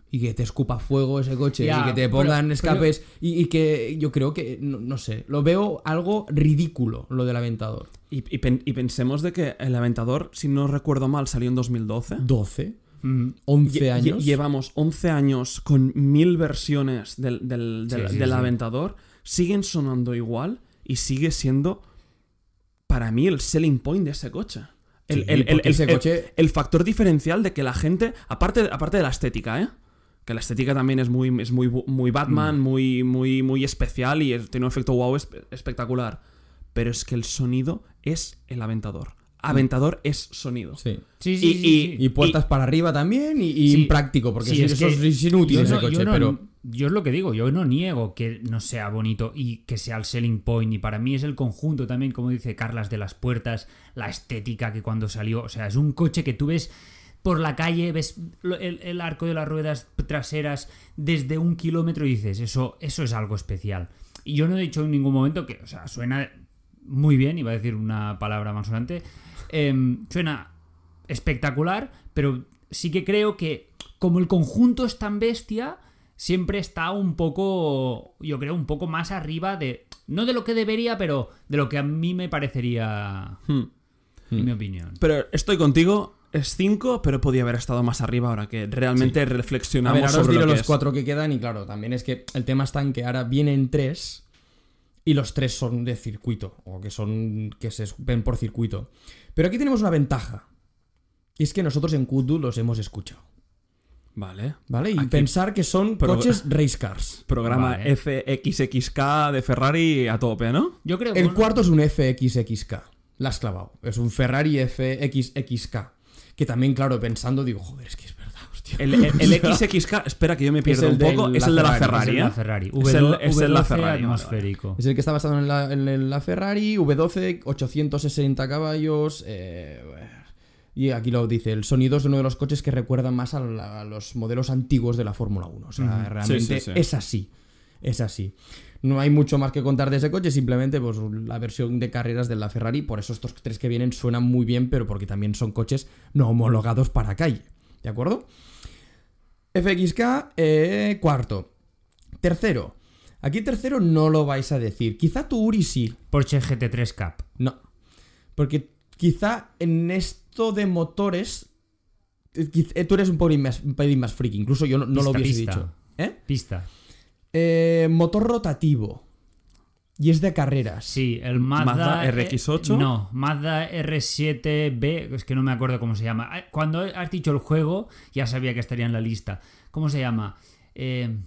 Speaker 2: y que te escupa fuego ese coche
Speaker 3: Ya,
Speaker 2: y que te
Speaker 3: pero-
Speaker 2: pongan
Speaker 3: pero-
Speaker 2: escapes y, y que yo creo que, no, no sé, lo veo algo ridículo lo del Aventador.
Speaker 1: Y, y pen- y pensemos de que el Aventador, si no recuerdo mal, salió en 2012.
Speaker 2: 12,
Speaker 3: mm,
Speaker 2: 11
Speaker 1: Lle-
Speaker 2: años.
Speaker 1: lle- Llevamos 11 años con mil versiones del, del- del-
Speaker 3: Sí, sí,
Speaker 1: del
Speaker 3: sí.
Speaker 1: Aventador. Siguen sonando igual y sigue siendo, para mí, el selling point de ese coche. El,
Speaker 2: Sí,
Speaker 1: el- el-
Speaker 2: porque
Speaker 1: el-
Speaker 2: ese
Speaker 1: el-
Speaker 2: coche-
Speaker 1: el factor diferencial de que la gente, aparte, aparte de la estética, ¿eh? Que la estética también es muy, es muy, bu- muy
Speaker 2: Mm.
Speaker 1: Batman, muy, muy, muy especial y es- tiene un efecto wow espe- espectacular. Pero es que el sonido es el aventador. Aventador es sonido.
Speaker 2: Mm. Sí.
Speaker 3: Sí,
Speaker 1: Y-
Speaker 3: sí, sí,
Speaker 1: y-
Speaker 3: sí.
Speaker 2: Y puertas para arriba también y, y
Speaker 3: Sí.
Speaker 2: impráctico, porque
Speaker 3: Sí,
Speaker 2: sí,
Speaker 3: es
Speaker 2: eso
Speaker 3: que
Speaker 2: es inútil
Speaker 3: Yo
Speaker 2: ese
Speaker 3: no- yo
Speaker 2: coche,
Speaker 3: no-
Speaker 2: pero...
Speaker 3: Yo es lo que digo, yo no niego que no sea bonito y que sea el selling point. Y para mí es el conjunto también, como dice Carlas, de las puertas, la estética que cuando salió. O sea, es un coche que tú ves por la calle, ves lo- el, el arco de las ruedas traseras desde un kilómetro y dices, eso, eso es algo especial. Y yo no he dicho en ningún momento que, o sea, suena muy bien, iba a decir una palabra consonante, em, suena espectacular, pero sí que creo que como el conjunto es tan bestia, siempre está un poco, yo creo, un poco más arriba de, no de lo que debería, pero de lo que a mí me parecería,
Speaker 1: Hmm.
Speaker 3: en mi opinión.
Speaker 1: Pero estoy contigo, es 5, pero podía haber estado más arriba ahora que realmente
Speaker 2: A
Speaker 1: reflexionamos
Speaker 2: ver, ahora os
Speaker 1: sobre
Speaker 2: diré
Speaker 1: lo que
Speaker 2: los
Speaker 1: es.
Speaker 2: cuatro que quedan y claro, también es que el tema está en que ahora vienen tres y los tres son de circuito o que son que se ven por circuito. Pero aquí tenemos una ventaja y es que nosotros en Kudu los hemos escuchado,
Speaker 1: Vale.
Speaker 2: ¿vale? Y
Speaker 1: Aquí-
Speaker 2: pensar que son
Speaker 1: Pero-
Speaker 2: coches race cars.
Speaker 1: Programa
Speaker 3: Vale.
Speaker 1: FXXK de Ferrari a tope, ¿no?
Speaker 3: Yo creo que...
Speaker 2: El
Speaker 3: bueno,
Speaker 2: cuarto es un FXXK, la has clavado. Es un Ferrari FXXK. Que también, claro, pensando, digo, joder, es que es verdad, hostia.
Speaker 1: El, el- el XXK, espera que yo me pierdo
Speaker 2: el
Speaker 1: un poco,
Speaker 2: del-
Speaker 1: es el de la
Speaker 2: la
Speaker 1: Ferrari.
Speaker 3: es el
Speaker 1: ¿eh?
Speaker 3: la Ferrari.
Speaker 1: Es el-
Speaker 3: V12
Speaker 1: es el la Ferrari, vale,
Speaker 3: atmosférico.
Speaker 2: Es el que está basado en la, en- en la Ferrari, V12, 860 caballos. eh, y aquí lo dice, el sonido es uno de los coches que recuerda más a, la- a los modelos antiguos de la Fórmula 1. O sea,
Speaker 1: Sí,
Speaker 2: realmente
Speaker 1: sí, sí.
Speaker 2: es así. Es así. No hay mucho más que contar de ese coche, simplemente pues, la versión de carreras de la Ferrari. Por eso estos tres que vienen suenan muy bien, pero porque también son coches no homologados para calle. ¿De acuerdo? FXK, eh, cuarto. Tercero. Aquí tercero no lo vais a decir. Quizá tu Uri sí.
Speaker 3: Porsche GT3 Cup.
Speaker 2: No. Porque quizá en esto de motores. eh, quiz- eh, Tú eres un pelín más, un pelín más friki. Incluso yo no, no lo
Speaker 3: Pista,
Speaker 2: hubiese
Speaker 3: pista.
Speaker 2: dicho. ¿Eh?
Speaker 3: Pista.
Speaker 2: Eh, Motor rotativo. Y es de carreras.
Speaker 3: Sí, el Mazda,
Speaker 1: Mazda
Speaker 3: eh,
Speaker 1: RX8.
Speaker 3: no, Mazda R7B, es que no me acuerdo cómo se llama. Ah, Cuando has dicho el juego, ya sabía que estaría en la lista. ¿Cómo se llama? Eh,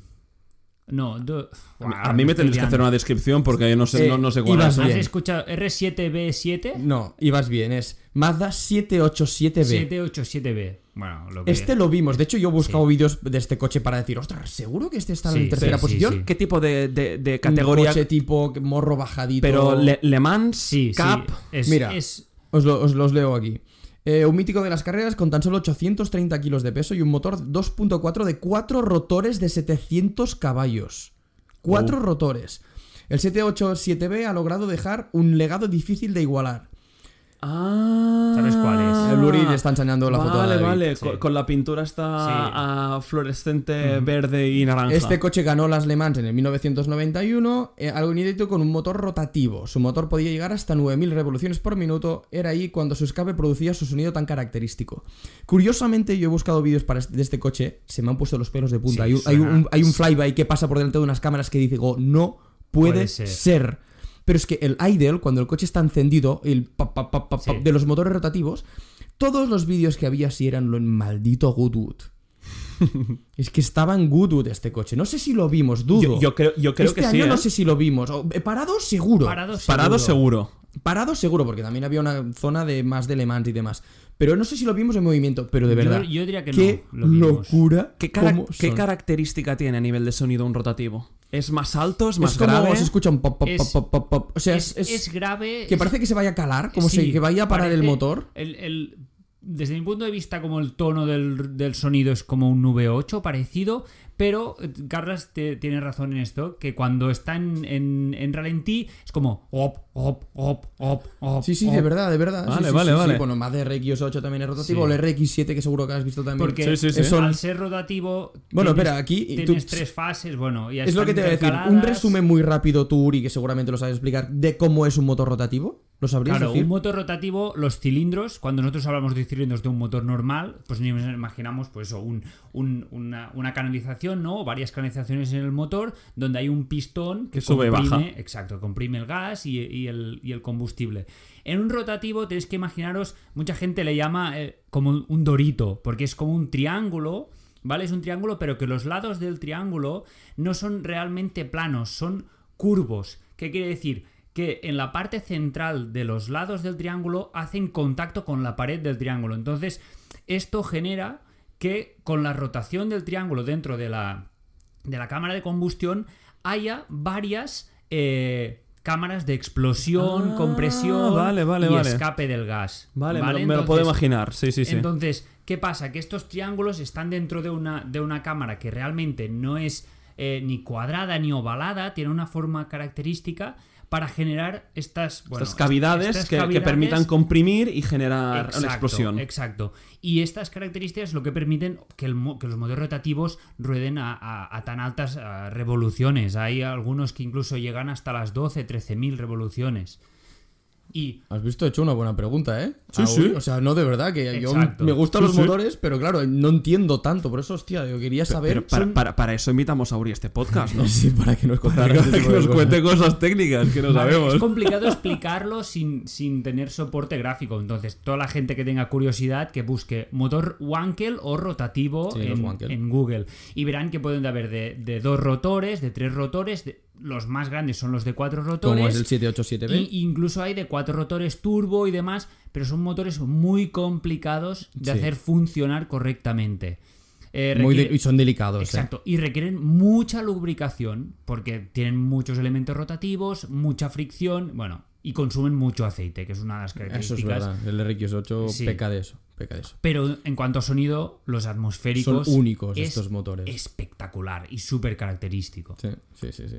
Speaker 3: no, do-
Speaker 1: A mí me tenéis que hacer una descripción porque yo no sé,
Speaker 2: Eh,
Speaker 1: no, no sé cuál
Speaker 2: ibas
Speaker 1: es.
Speaker 3: ¿Has
Speaker 2: bien.
Speaker 3: escuchado R7B7?
Speaker 2: No, y vas bien. Es Mazda 787B.
Speaker 3: 787B. Bueno, lo que
Speaker 2: Este lo vimos. De hecho, yo he buscado vídeos de este coche para decir, ostras, ¿seguro que este está
Speaker 3: Sí,
Speaker 2: en tercera
Speaker 3: sí, sí,
Speaker 2: posición?
Speaker 3: sí.
Speaker 1: ¿Qué tipo de, de- de
Speaker 2: Un
Speaker 1: categoría?
Speaker 2: coche tipo morro bajadito.
Speaker 1: Pero Le, Le Mans,
Speaker 3: Sí, sí,
Speaker 1: Cup,
Speaker 3: es-
Speaker 2: Mira.
Speaker 3: es-
Speaker 2: Os, lo- os los leo aquí. Eh, un mítico de las carreras con tan solo 830 kilos de peso y un motor 2.4 de 4 rotores de 700 caballos. 4 rotores. El 787B ha logrado dejar un legado difícil de igualar.
Speaker 1: Ah,
Speaker 3: ¿Sabes cuál es?
Speaker 2: El Uri le está enseñando la
Speaker 1: vale,
Speaker 2: foto a David.
Speaker 1: Vale,
Speaker 3: Sí.
Speaker 1: con, con la pintura está
Speaker 3: Sí.
Speaker 1: ah, fluorescente, verde y naranja.
Speaker 2: Este coche ganó las Le Mans en el 1991, eh, algo inédito con un motor rotativo. Su motor podía llegar hasta 9.000 revoluciones por minuto, era ahí cuando su escape producía su sonido tan característico. Curiosamente, yo he buscado vídeos para este- de este coche, se me han puesto los pelos de punta.
Speaker 3: Sí,
Speaker 2: hay, un- hay
Speaker 3: suena-
Speaker 2: un, hay un flyby que pasa por delante de unas cámaras que dice, "Go, no puede,
Speaker 3: Puede ser".
Speaker 2: ser. Pero es que el idle, cuando el coche está encendido, el pap, pap, pap, pap,
Speaker 3: Sí.
Speaker 2: de los motores rotativos, todos los vídeos que había sí eran lo en maldito Goodwood. Es que estaba en Goodwood este coche. No sé si lo vimos, dudo.
Speaker 1: Yo, yo creo, yo creo
Speaker 2: este
Speaker 1: que sí.
Speaker 2: año no
Speaker 1: ¿eh?
Speaker 2: sé si lo vimos. O- eh, Parado seguro.
Speaker 3: Parado seguro.
Speaker 1: Parado seguro.
Speaker 2: Parado seguro, porque también había una zona de más de Le Mans y demás. Pero no sé si lo vimos en movimiento, pero de
Speaker 3: Yo-
Speaker 2: verdad.
Speaker 3: yo diría que no,
Speaker 2: qué
Speaker 3: lo vimos.
Speaker 2: locura.
Speaker 1: ¿Qué, cara-
Speaker 2: cómo
Speaker 1: qué
Speaker 2: son.
Speaker 1: característica tiene a nivel de sonido un rotativo? ¿Es más alto? ¿Es más
Speaker 2: Es como
Speaker 1: grave?
Speaker 2: se escucha un pop, pop,
Speaker 3: Es-
Speaker 2: pop, pop, pop, pop. O sea,
Speaker 3: es,
Speaker 2: es, es-
Speaker 3: es grave.
Speaker 2: que
Speaker 3: es-
Speaker 2: parece que se vaya a calar, como
Speaker 3: Sí,
Speaker 2: si que vaya a parar el
Speaker 3: parece-
Speaker 2: motor.
Speaker 3: el- el- desde mi punto de vista, como el tono del, del sonido es como un V8 parecido, pero eh, Carlas te- tiene razón en esto, que cuando está en, en- en ralentí es como op, op, op, op, op.
Speaker 2: Sí, sí,
Speaker 3: op.
Speaker 2: de verdad, de verdad. Sí,
Speaker 1: Vale,
Speaker 2: sí,
Speaker 1: vale,
Speaker 2: sí, sí.
Speaker 1: vale.
Speaker 2: Bueno, más de RX8 también es rotativo.
Speaker 3: Sí.
Speaker 2: El RX7, que seguro que has visto también.
Speaker 1: Sí,
Speaker 3: Porque
Speaker 1: sí, sí.
Speaker 2: Son-
Speaker 3: al ser rotativo.
Speaker 2: Bueno,
Speaker 3: tienes-
Speaker 2: espera, aquí- y tú-
Speaker 3: Tienes tres fases, bueno, ya
Speaker 2: Es lo
Speaker 3: están
Speaker 2: que te voy a decir. Un
Speaker 3: intercaladas.
Speaker 2: resumen muy rápido, tú, Uri, que seguramente lo sabes explicar, de cómo es un motor rotativo. ¿Lo sabrías
Speaker 3: Claro,
Speaker 2: decir?
Speaker 3: un motor rotativo, los cilindros, cuando nosotros hablamos de cilindros de un motor normal, pues ni nos imaginamos pues eso, un- un- una, una canalización, ¿no? O varias canalizaciones en el motor, donde hay un pistón que,
Speaker 1: Que sube y
Speaker 3: comprime,
Speaker 1: baja.
Speaker 3: Exacto, comprime el gas y, y el, y el combustible. En un rotativo tenéis que imaginaros, mucha gente le llama eh, como un dorito, porque es como un triángulo, ¿vale? Es un triángulo, pero que los lados del triángulo no son realmente planos, son curvos. ¿Qué quiere decir? Que en la parte central de los lados del triángulo hacen contacto con la pared del triángulo. Entonces, esto genera que con la rotación del triángulo dentro de la, de la cámara de combustión haya varias eh, cámaras de explosión,
Speaker 1: Ah,
Speaker 3: compresión
Speaker 1: vale, vale,
Speaker 3: y
Speaker 1: vale.
Speaker 3: escape del gas.
Speaker 1: Vale, me, lo- me lo puedo
Speaker 3: Entonces,
Speaker 1: imaginar. Sí, sí, sí.
Speaker 3: entonces, ¿qué pasa? Que estos triángulos están dentro de una, de una cámara que realmente no es eh, ni cuadrada ni ovalada, tiene una forma característica para generar estas, bueno,
Speaker 1: este- estas cavidades,
Speaker 3: estas
Speaker 1: que, que
Speaker 3: cavidades-
Speaker 1: permitan comprimir y generar
Speaker 3: Exacto,
Speaker 1: una explosión.
Speaker 3: Exacto. Y estas características lo que permiten que, el mo- que los motores rotativos rueden a, a- a tan altas a, revoluciones. Hay algunos que incluso llegan hasta las 12, 13.000 revoluciones. Y
Speaker 2: Has visto, he hecho una buena pregunta, ¿eh?
Speaker 1: Sí,
Speaker 2: Ah,
Speaker 1: sí.
Speaker 2: uy, O sea, no de verdad, que yo
Speaker 3: Exacto.
Speaker 2: me gustan
Speaker 1: Sí,
Speaker 2: los
Speaker 1: sí.
Speaker 2: motores, pero claro, no entiendo tanto. Por eso, hostia, yo quería
Speaker 1: Pero
Speaker 2: saber.
Speaker 1: para, para- para eso invitamos a Uri a este podcast, ¿no?
Speaker 2: Sí, para que nos contara este
Speaker 1: que
Speaker 2: tipo de
Speaker 1: nos
Speaker 2: cosas.
Speaker 1: cuente cosas técnicas que no
Speaker 3: Vale,
Speaker 1: sabemos.
Speaker 3: Es complicado explicarlo sin, sin tener soporte gráfico. Entonces, toda la gente que tenga curiosidad, que busque motor Wankel o rotativo
Speaker 2: Sí, los
Speaker 3: en,
Speaker 2: Wankel.
Speaker 3: en Google. Y verán que pueden haber de, de dos rotores, de tres rotores. de- los más grandes son los de cuatro rotores.
Speaker 2: Como es el 787B.
Speaker 3: Y incluso hay de cuatro rotores turbo y demás, pero son motores muy complicados de
Speaker 2: Sí.
Speaker 3: hacer funcionar correctamente. Eh,
Speaker 2: Muy
Speaker 3: requiere-
Speaker 2: de- y son delicados, ¿eh?
Speaker 3: Exacto, y requieren mucha lubricación porque tienen muchos elementos rotativos, mucha fricción, bueno, y consumen mucho aceite, que es una de las
Speaker 2: Eso es
Speaker 3: características.
Speaker 2: verdad. El RX8
Speaker 3: Sí.
Speaker 2: peca de eso. Peca de eso.
Speaker 3: Pero en cuanto a sonido, los atmosféricos
Speaker 2: Son únicos
Speaker 3: es
Speaker 2: estos motores.
Speaker 3: Espectacular y súper característico.
Speaker 2: Sí, sí, sí, sí.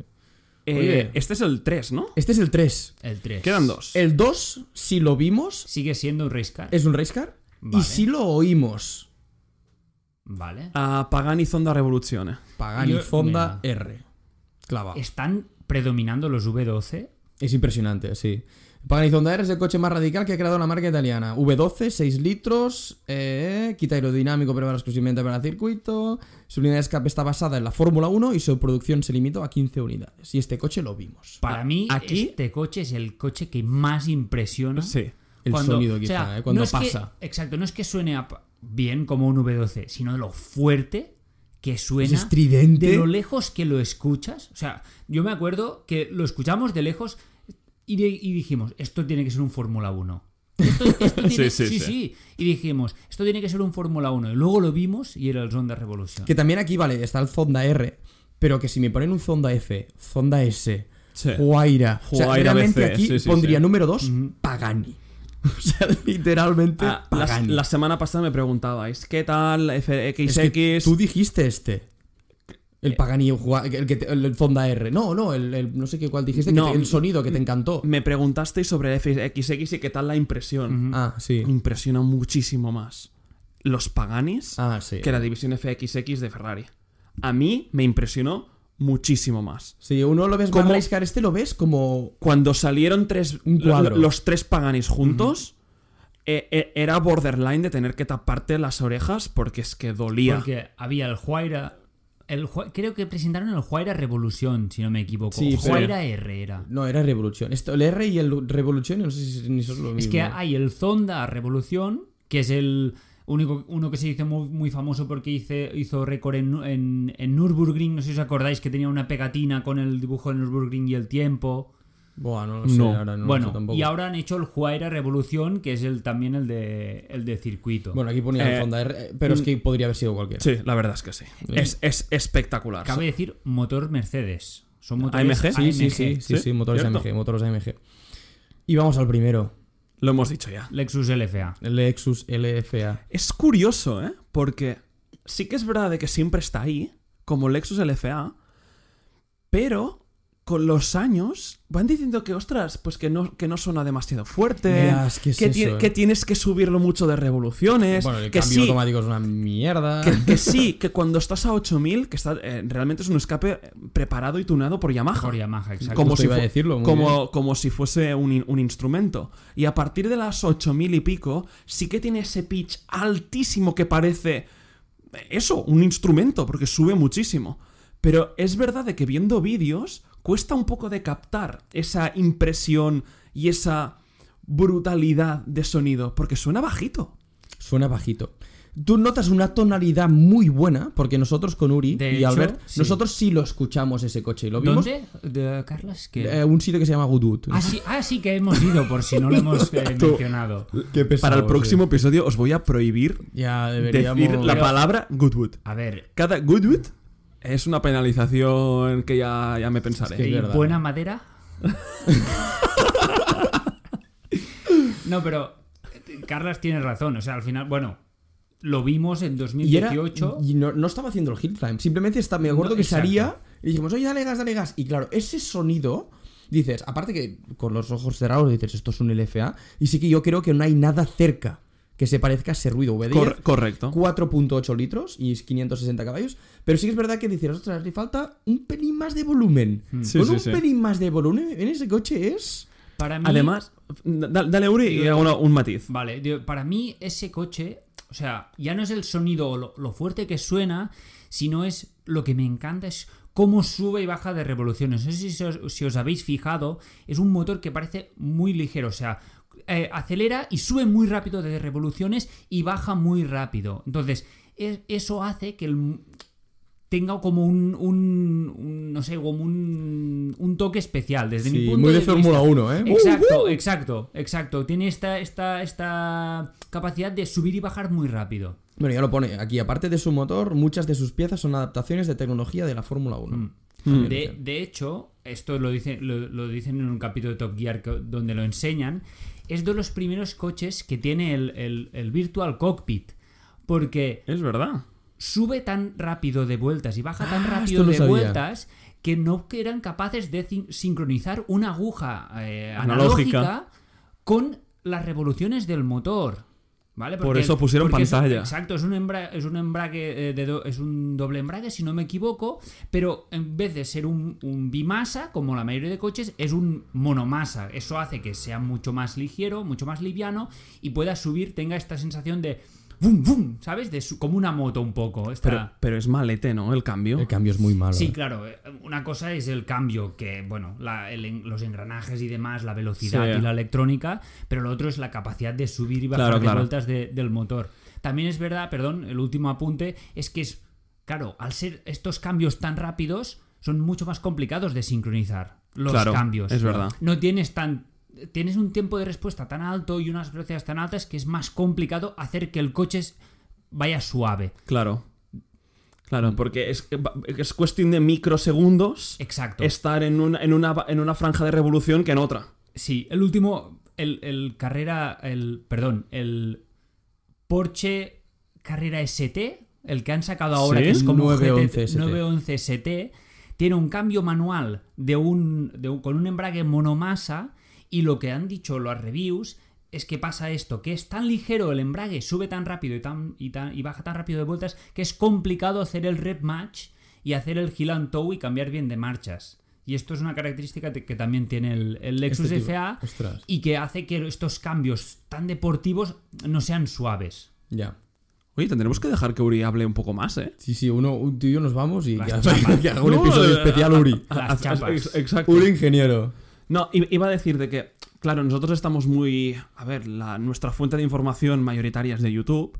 Speaker 1: Eh,
Speaker 2: Oye.
Speaker 1: este es el 3, ¿no?
Speaker 2: Este es el 3.
Speaker 3: El 3.
Speaker 1: Quedan dos.
Speaker 2: El 2, si lo vimos,
Speaker 3: Sigue siendo un race car.
Speaker 2: es un racecar. Y
Speaker 3: Vale.
Speaker 2: si lo oímos,
Speaker 3: Vale.
Speaker 1: A Pagani Zonda Revoluzione.
Speaker 2: Pagani
Speaker 3: Yo-
Speaker 2: Fonda R. Clava. Es,
Speaker 3: ¿Están predominando los V12?
Speaker 2: impresionante, sí. Pagani Fonda R es el coche más radical que ha creado la marca italiana. V12, 6 litros, eh, quita aerodinámico preparado exclusivamente para el circuito. Su unidad de escape está basada en la Fórmula 1 y su producción se limitó a 15 unidades. Y este coche lo vimos.
Speaker 3: Para mí,
Speaker 1: aquí-
Speaker 3: este coche es el coche que más impresiona.
Speaker 1: Sí.
Speaker 2: El
Speaker 3: Cuando-
Speaker 2: sonido
Speaker 3: o sea,
Speaker 2: quizá, eh, cuando
Speaker 3: no es que-
Speaker 2: pasa.
Speaker 3: exacto, no es que suene a pa- bien como un V12, sino de lo fuerte que
Speaker 2: Es
Speaker 3: suena.
Speaker 2: estridente.
Speaker 3: De lo lejos que lo escuchas. O sea, yo me acuerdo que lo escuchamos de lejos y, di- y dijimos, esto tiene que ser un Fórmula 1. Esto, esto
Speaker 1: Sí,
Speaker 3: tiene-
Speaker 1: sí, sí.
Speaker 3: Y dijimos, esto tiene que ser un Fórmula 1. Y luego lo vimos y era el Honda Revolution.
Speaker 2: Que también aquí, vale, está el Zonda R, pero que si me ponen un Zonda F, Zonda S,
Speaker 1: Sí.
Speaker 2: Huayra, o sea,
Speaker 1: Huayra
Speaker 2: realmente
Speaker 1: BC,
Speaker 2: aquí
Speaker 1: sí, sí,
Speaker 2: pondría
Speaker 1: sí.
Speaker 2: número 2 Pagani. O sea, literalmente
Speaker 1: Ah, la,
Speaker 2: Pagani.
Speaker 1: la semana pasada me preguntabais, ¿qué tal FXX?
Speaker 2: Es que tú dijiste este. El Pagani, el, Hua- el, que te- el- el Zonda R. No, no, el, el- no sé qué cuál dijiste, que
Speaker 1: No. Mm.
Speaker 2: te- el sonido que te encantó.
Speaker 1: Me preguntasteis sobre FXX y qué tal la impresión.
Speaker 2: Ah, sí.
Speaker 1: Mm. Impresiona muchísimo más los Paganis
Speaker 2: Ah, sí.
Speaker 1: que la división FXX de Ferrari. A mí me impresionó muchísimo más.
Speaker 2: Sí, uno lo ves como
Speaker 1: Como-
Speaker 2: Racecar, este lo ves como...
Speaker 1: Cuando salieron tres,
Speaker 2: Un cuadro.
Speaker 1: los tres Paganis juntos, eh, eh, era borderline de tener que taparte las orejas porque es que dolía.
Speaker 3: Porque había el Huayra. El, Hua- creo que presentaron el Huayra Revolution, si no me equivoco.
Speaker 2: Sí, pero-
Speaker 3: Huayra R era.
Speaker 2: No, era Revolución. Esto, el R y el Revolución, no sé si ni son lo mismo.
Speaker 3: Es que hay el Zonda Revolución, que es el único uno que se hizo muy, muy famoso porque hice, hizo récord en, Nu- en, en Nürburgring. No sé si os acordáis que tenía una pegatina con el dibujo de Nürburgring y el tiempo.
Speaker 2: Buah, no lo sé,
Speaker 1: No.
Speaker 2: ahora no lo sé
Speaker 3: bueno,
Speaker 2: tampoco.
Speaker 3: y ahora han hecho el Huayra Revolución, que es el también el de, el de circuito.
Speaker 2: Bueno, aquí ponía
Speaker 1: Eh, mm.
Speaker 2: el Fonda R, eh, pero es que podría haber sido cualquiera.
Speaker 1: Sí, la verdad es que sí. Es, es espectacular.
Speaker 3: Cabe decir motor Mercedes. Son
Speaker 2: Ah,
Speaker 3: motores
Speaker 1: AMG.
Speaker 2: Sí, sí, sí, sí,
Speaker 1: ¿Sí?
Speaker 2: sí, motores
Speaker 1: Cierto.
Speaker 2: AMG, motores AMG. Y vamos al primero,
Speaker 1: Lo hemos dicho ya.
Speaker 3: Lexus LFA.
Speaker 2: el Lexus LFA.
Speaker 1: Es curioso, ¿eh? Porque sí que es verdad de que siempre está ahí, como Lexus LFA, pero con los años van diciendo que, ostras, pues que no, que no suena demasiado fuerte,
Speaker 2: Ya, es que es eso,
Speaker 1: ti-
Speaker 2: eh.
Speaker 1: que tienes que subirlo mucho de revoluciones,
Speaker 2: Bueno, el
Speaker 1: que
Speaker 2: cambio
Speaker 1: sí,
Speaker 2: automático es una mierda.
Speaker 1: que, que sí, que cuando estás a 8000, que está, eh, realmente es un escape preparado y tunado por Yamaha.
Speaker 3: Por Yamaha, exacto.
Speaker 1: como
Speaker 2: Justo
Speaker 1: si
Speaker 2: iba a
Speaker 1: fu-
Speaker 2: decirlo, Pues muy bien.
Speaker 1: como, como si fuese un, in- un instrumento. Y a partir de las 8000 y pico, sí que tiene ese pitch altísimo que parece eso, un instrumento, porque sube muchísimo. Pero es verdad de que viendo vídeos cuesta un poco de captar esa impresión y esa brutalidad de sonido, porque suena bajito.
Speaker 2: Suena bajito. Tú notas una tonalidad muy buena, porque nosotros con Uri
Speaker 3: De
Speaker 2: y
Speaker 3: hecho,
Speaker 2: Albert,
Speaker 3: sí.
Speaker 2: nosotros sí lo escuchamos ese coche y lo vimos.
Speaker 3: ¿Dónde? De, Carlas, que...
Speaker 2: Eh, un sitio que se llama Goodwood.
Speaker 3: Ah sí, ah, sí que hemos ido, por si no lo hemos eh, mencionado.
Speaker 2: Qué pesado,
Speaker 1: Para el
Speaker 2: sí.
Speaker 1: próximo episodio os voy a prohibir
Speaker 2: Ya deberíamos.
Speaker 1: decir la palabra Goodwood.
Speaker 3: A ver,
Speaker 1: Cada Goodwood es una penalización que ya, ya me pensaré.
Speaker 2: Es
Speaker 3: ¿y
Speaker 2: verdad.
Speaker 3: buena madera? no, pero eh, Carlas tiene razón. O sea, al final, bueno, lo vimos en
Speaker 2: Y era-
Speaker 3: 2018.
Speaker 2: y no, no estaba haciendo el hill climb, simplemente está, me acuerdo
Speaker 3: No,
Speaker 2: que
Speaker 3: exacto.
Speaker 2: salía y dijimos, oye, dale gas, dale gas. Y claro, ese sonido, dices, aparte que con los ojos cerrados dices, esto es un LFA, y sí que yo creo que no hay nada cerca que se parezca a ese ruido V10.
Speaker 1: Cor- correcto.
Speaker 2: 4.8 litros y 560 caballos, pero sí que es verdad que dices, ostras, le falta un pelín más de volumen.
Speaker 3: Hmm.
Speaker 1: Sí,
Speaker 2: Con
Speaker 1: sí,
Speaker 2: un
Speaker 1: sí.
Speaker 2: pelín más de volumen en ese coche es...
Speaker 3: Para mí,
Speaker 1: Además, da- dale Uri eh, y hago una- un matiz.
Speaker 3: Vale, digo, para mí ese coche, o sea, ya no es el sonido o lo, lo fuerte que suena, sino es lo que me encanta es cómo sube y baja de revoluciones. No sé si se os, si os habéis fijado, es un motor que parece muy ligero, o sea, eh, acelera y sube muy rápido de revoluciones y baja muy rápido. Entonces, es- eso hace que el, tenga como un, un- un- no sé, como un, un toque especial desde mi punto de, vista.
Speaker 2: 1, ¿eh?
Speaker 3: Exacto, exacto, exacto. Tiene esta, esta, esta capacidad de subir y bajar muy rápido.
Speaker 2: Bueno, ya lo pone aquí. Aparte de su motor, muchas de sus piezas son adaptaciones de tecnología de la Fórmula 1. También
Speaker 3: Mm. De,
Speaker 2: dicen.
Speaker 3: de hecho, esto lo, dice, lo, lo dicen en un capítulo de Top Gear que- donde lo enseñan, es de los primeros coches que tiene el, el- el Virtual Cockpit. Porque
Speaker 1: Es verdad.
Speaker 3: sube tan rápido de vueltas y baja tan
Speaker 2: Ah,
Speaker 3: rápido
Speaker 2: esto lo
Speaker 3: de
Speaker 2: sabía.
Speaker 3: vueltas que no eran capaces de cin- sincronizar una aguja eh,
Speaker 1: Analógica.
Speaker 3: analógica. con las revoluciones del motor. ¿Vale?
Speaker 1: Por eso pusieron
Speaker 3: porque es un-
Speaker 1: pantalla.
Speaker 3: exacto, es un, embra- es un embrague eh, de do- es un doble embrague, si no me equivoco, pero en vez de ser un, un bimasa, como la mayoría de coches, es un monomasa. Eso hace que sea mucho más ligero, mucho más liviano y pueda subir, tenga esta sensación de ¡bum, bum! ¿Sabes? De su- como una moto un poco. esta-
Speaker 1: Pero, pero es malete, ¿no? Ah. El cambio.
Speaker 2: El cambio es muy malo.
Speaker 3: Sí,
Speaker 2: ¿eh?
Speaker 3: claro. eh, Una cosa es el cambio, que, bueno, la- el en- los engranajes y demás, la velocidad
Speaker 1: Sí.
Speaker 3: y la electrónica, pero lo otro es la capacidad de subir y bajar
Speaker 1: Claro,
Speaker 3: de
Speaker 1: claro.
Speaker 3: vueltas de- del motor. También es verdad, perdón, el último apunte, es que es, claro, al ser estos cambios tan rápidos, son mucho más complicados de sincronizar los
Speaker 1: Claro,
Speaker 3: cambios.
Speaker 1: es verdad.
Speaker 3: No tienes tan... Tienes un tiempo de respuesta tan alto y unas velocidades tan altas que es más complicado hacer que el coche es- vaya suave.
Speaker 1: Claro. Claro, porque es, es cuestión de microsegundos
Speaker 3: Exacto.
Speaker 1: estar en una, en, una, en una franja de revolución que en otra.
Speaker 3: Sí, el último, el, el carrera, el, perdón, el Porsche Carrera ST, el que han sacado ahora,
Speaker 1: ¿Sí?
Speaker 3: que es como
Speaker 2: 911 ST.
Speaker 3: 911 ST, tiene un cambio manual de un, de un- con un embrague monomasa y lo que han dicho los reviews es que pasa esto, que es tan ligero el embrague, sube tan rápido y, tan, y, tan- y baja tan rápido de vueltas que es complicado hacer el rep match y hacer el heel and toe y cambiar bien de marchas. Y esto es una característica de- que también tiene el, el
Speaker 2: Este
Speaker 3: Lexus
Speaker 2: tipo.
Speaker 3: FA
Speaker 2: Ostras.
Speaker 3: y que hace que estos cambios tan deportivos no sean suaves.
Speaker 2: Ya.
Speaker 1: Oye, tendremos que dejar que Uri hable un poco más, ¿eh?
Speaker 2: Sí, sí, uno, un- tú y yo nos vamos y
Speaker 3: Las
Speaker 2: que,
Speaker 3: chapas.
Speaker 2: que haga un
Speaker 1: No,
Speaker 2: episodio
Speaker 1: eh,
Speaker 2: especial Uri.
Speaker 3: Las
Speaker 1: Haz- haz-
Speaker 3: chapas.
Speaker 1: ex- Exacto.
Speaker 2: Uri ingeniero.
Speaker 1: No, i- iba a decir de que, claro, nosotros estamos muy... A ver, la, nuestra fuente de información mayoritaria es de YouTube.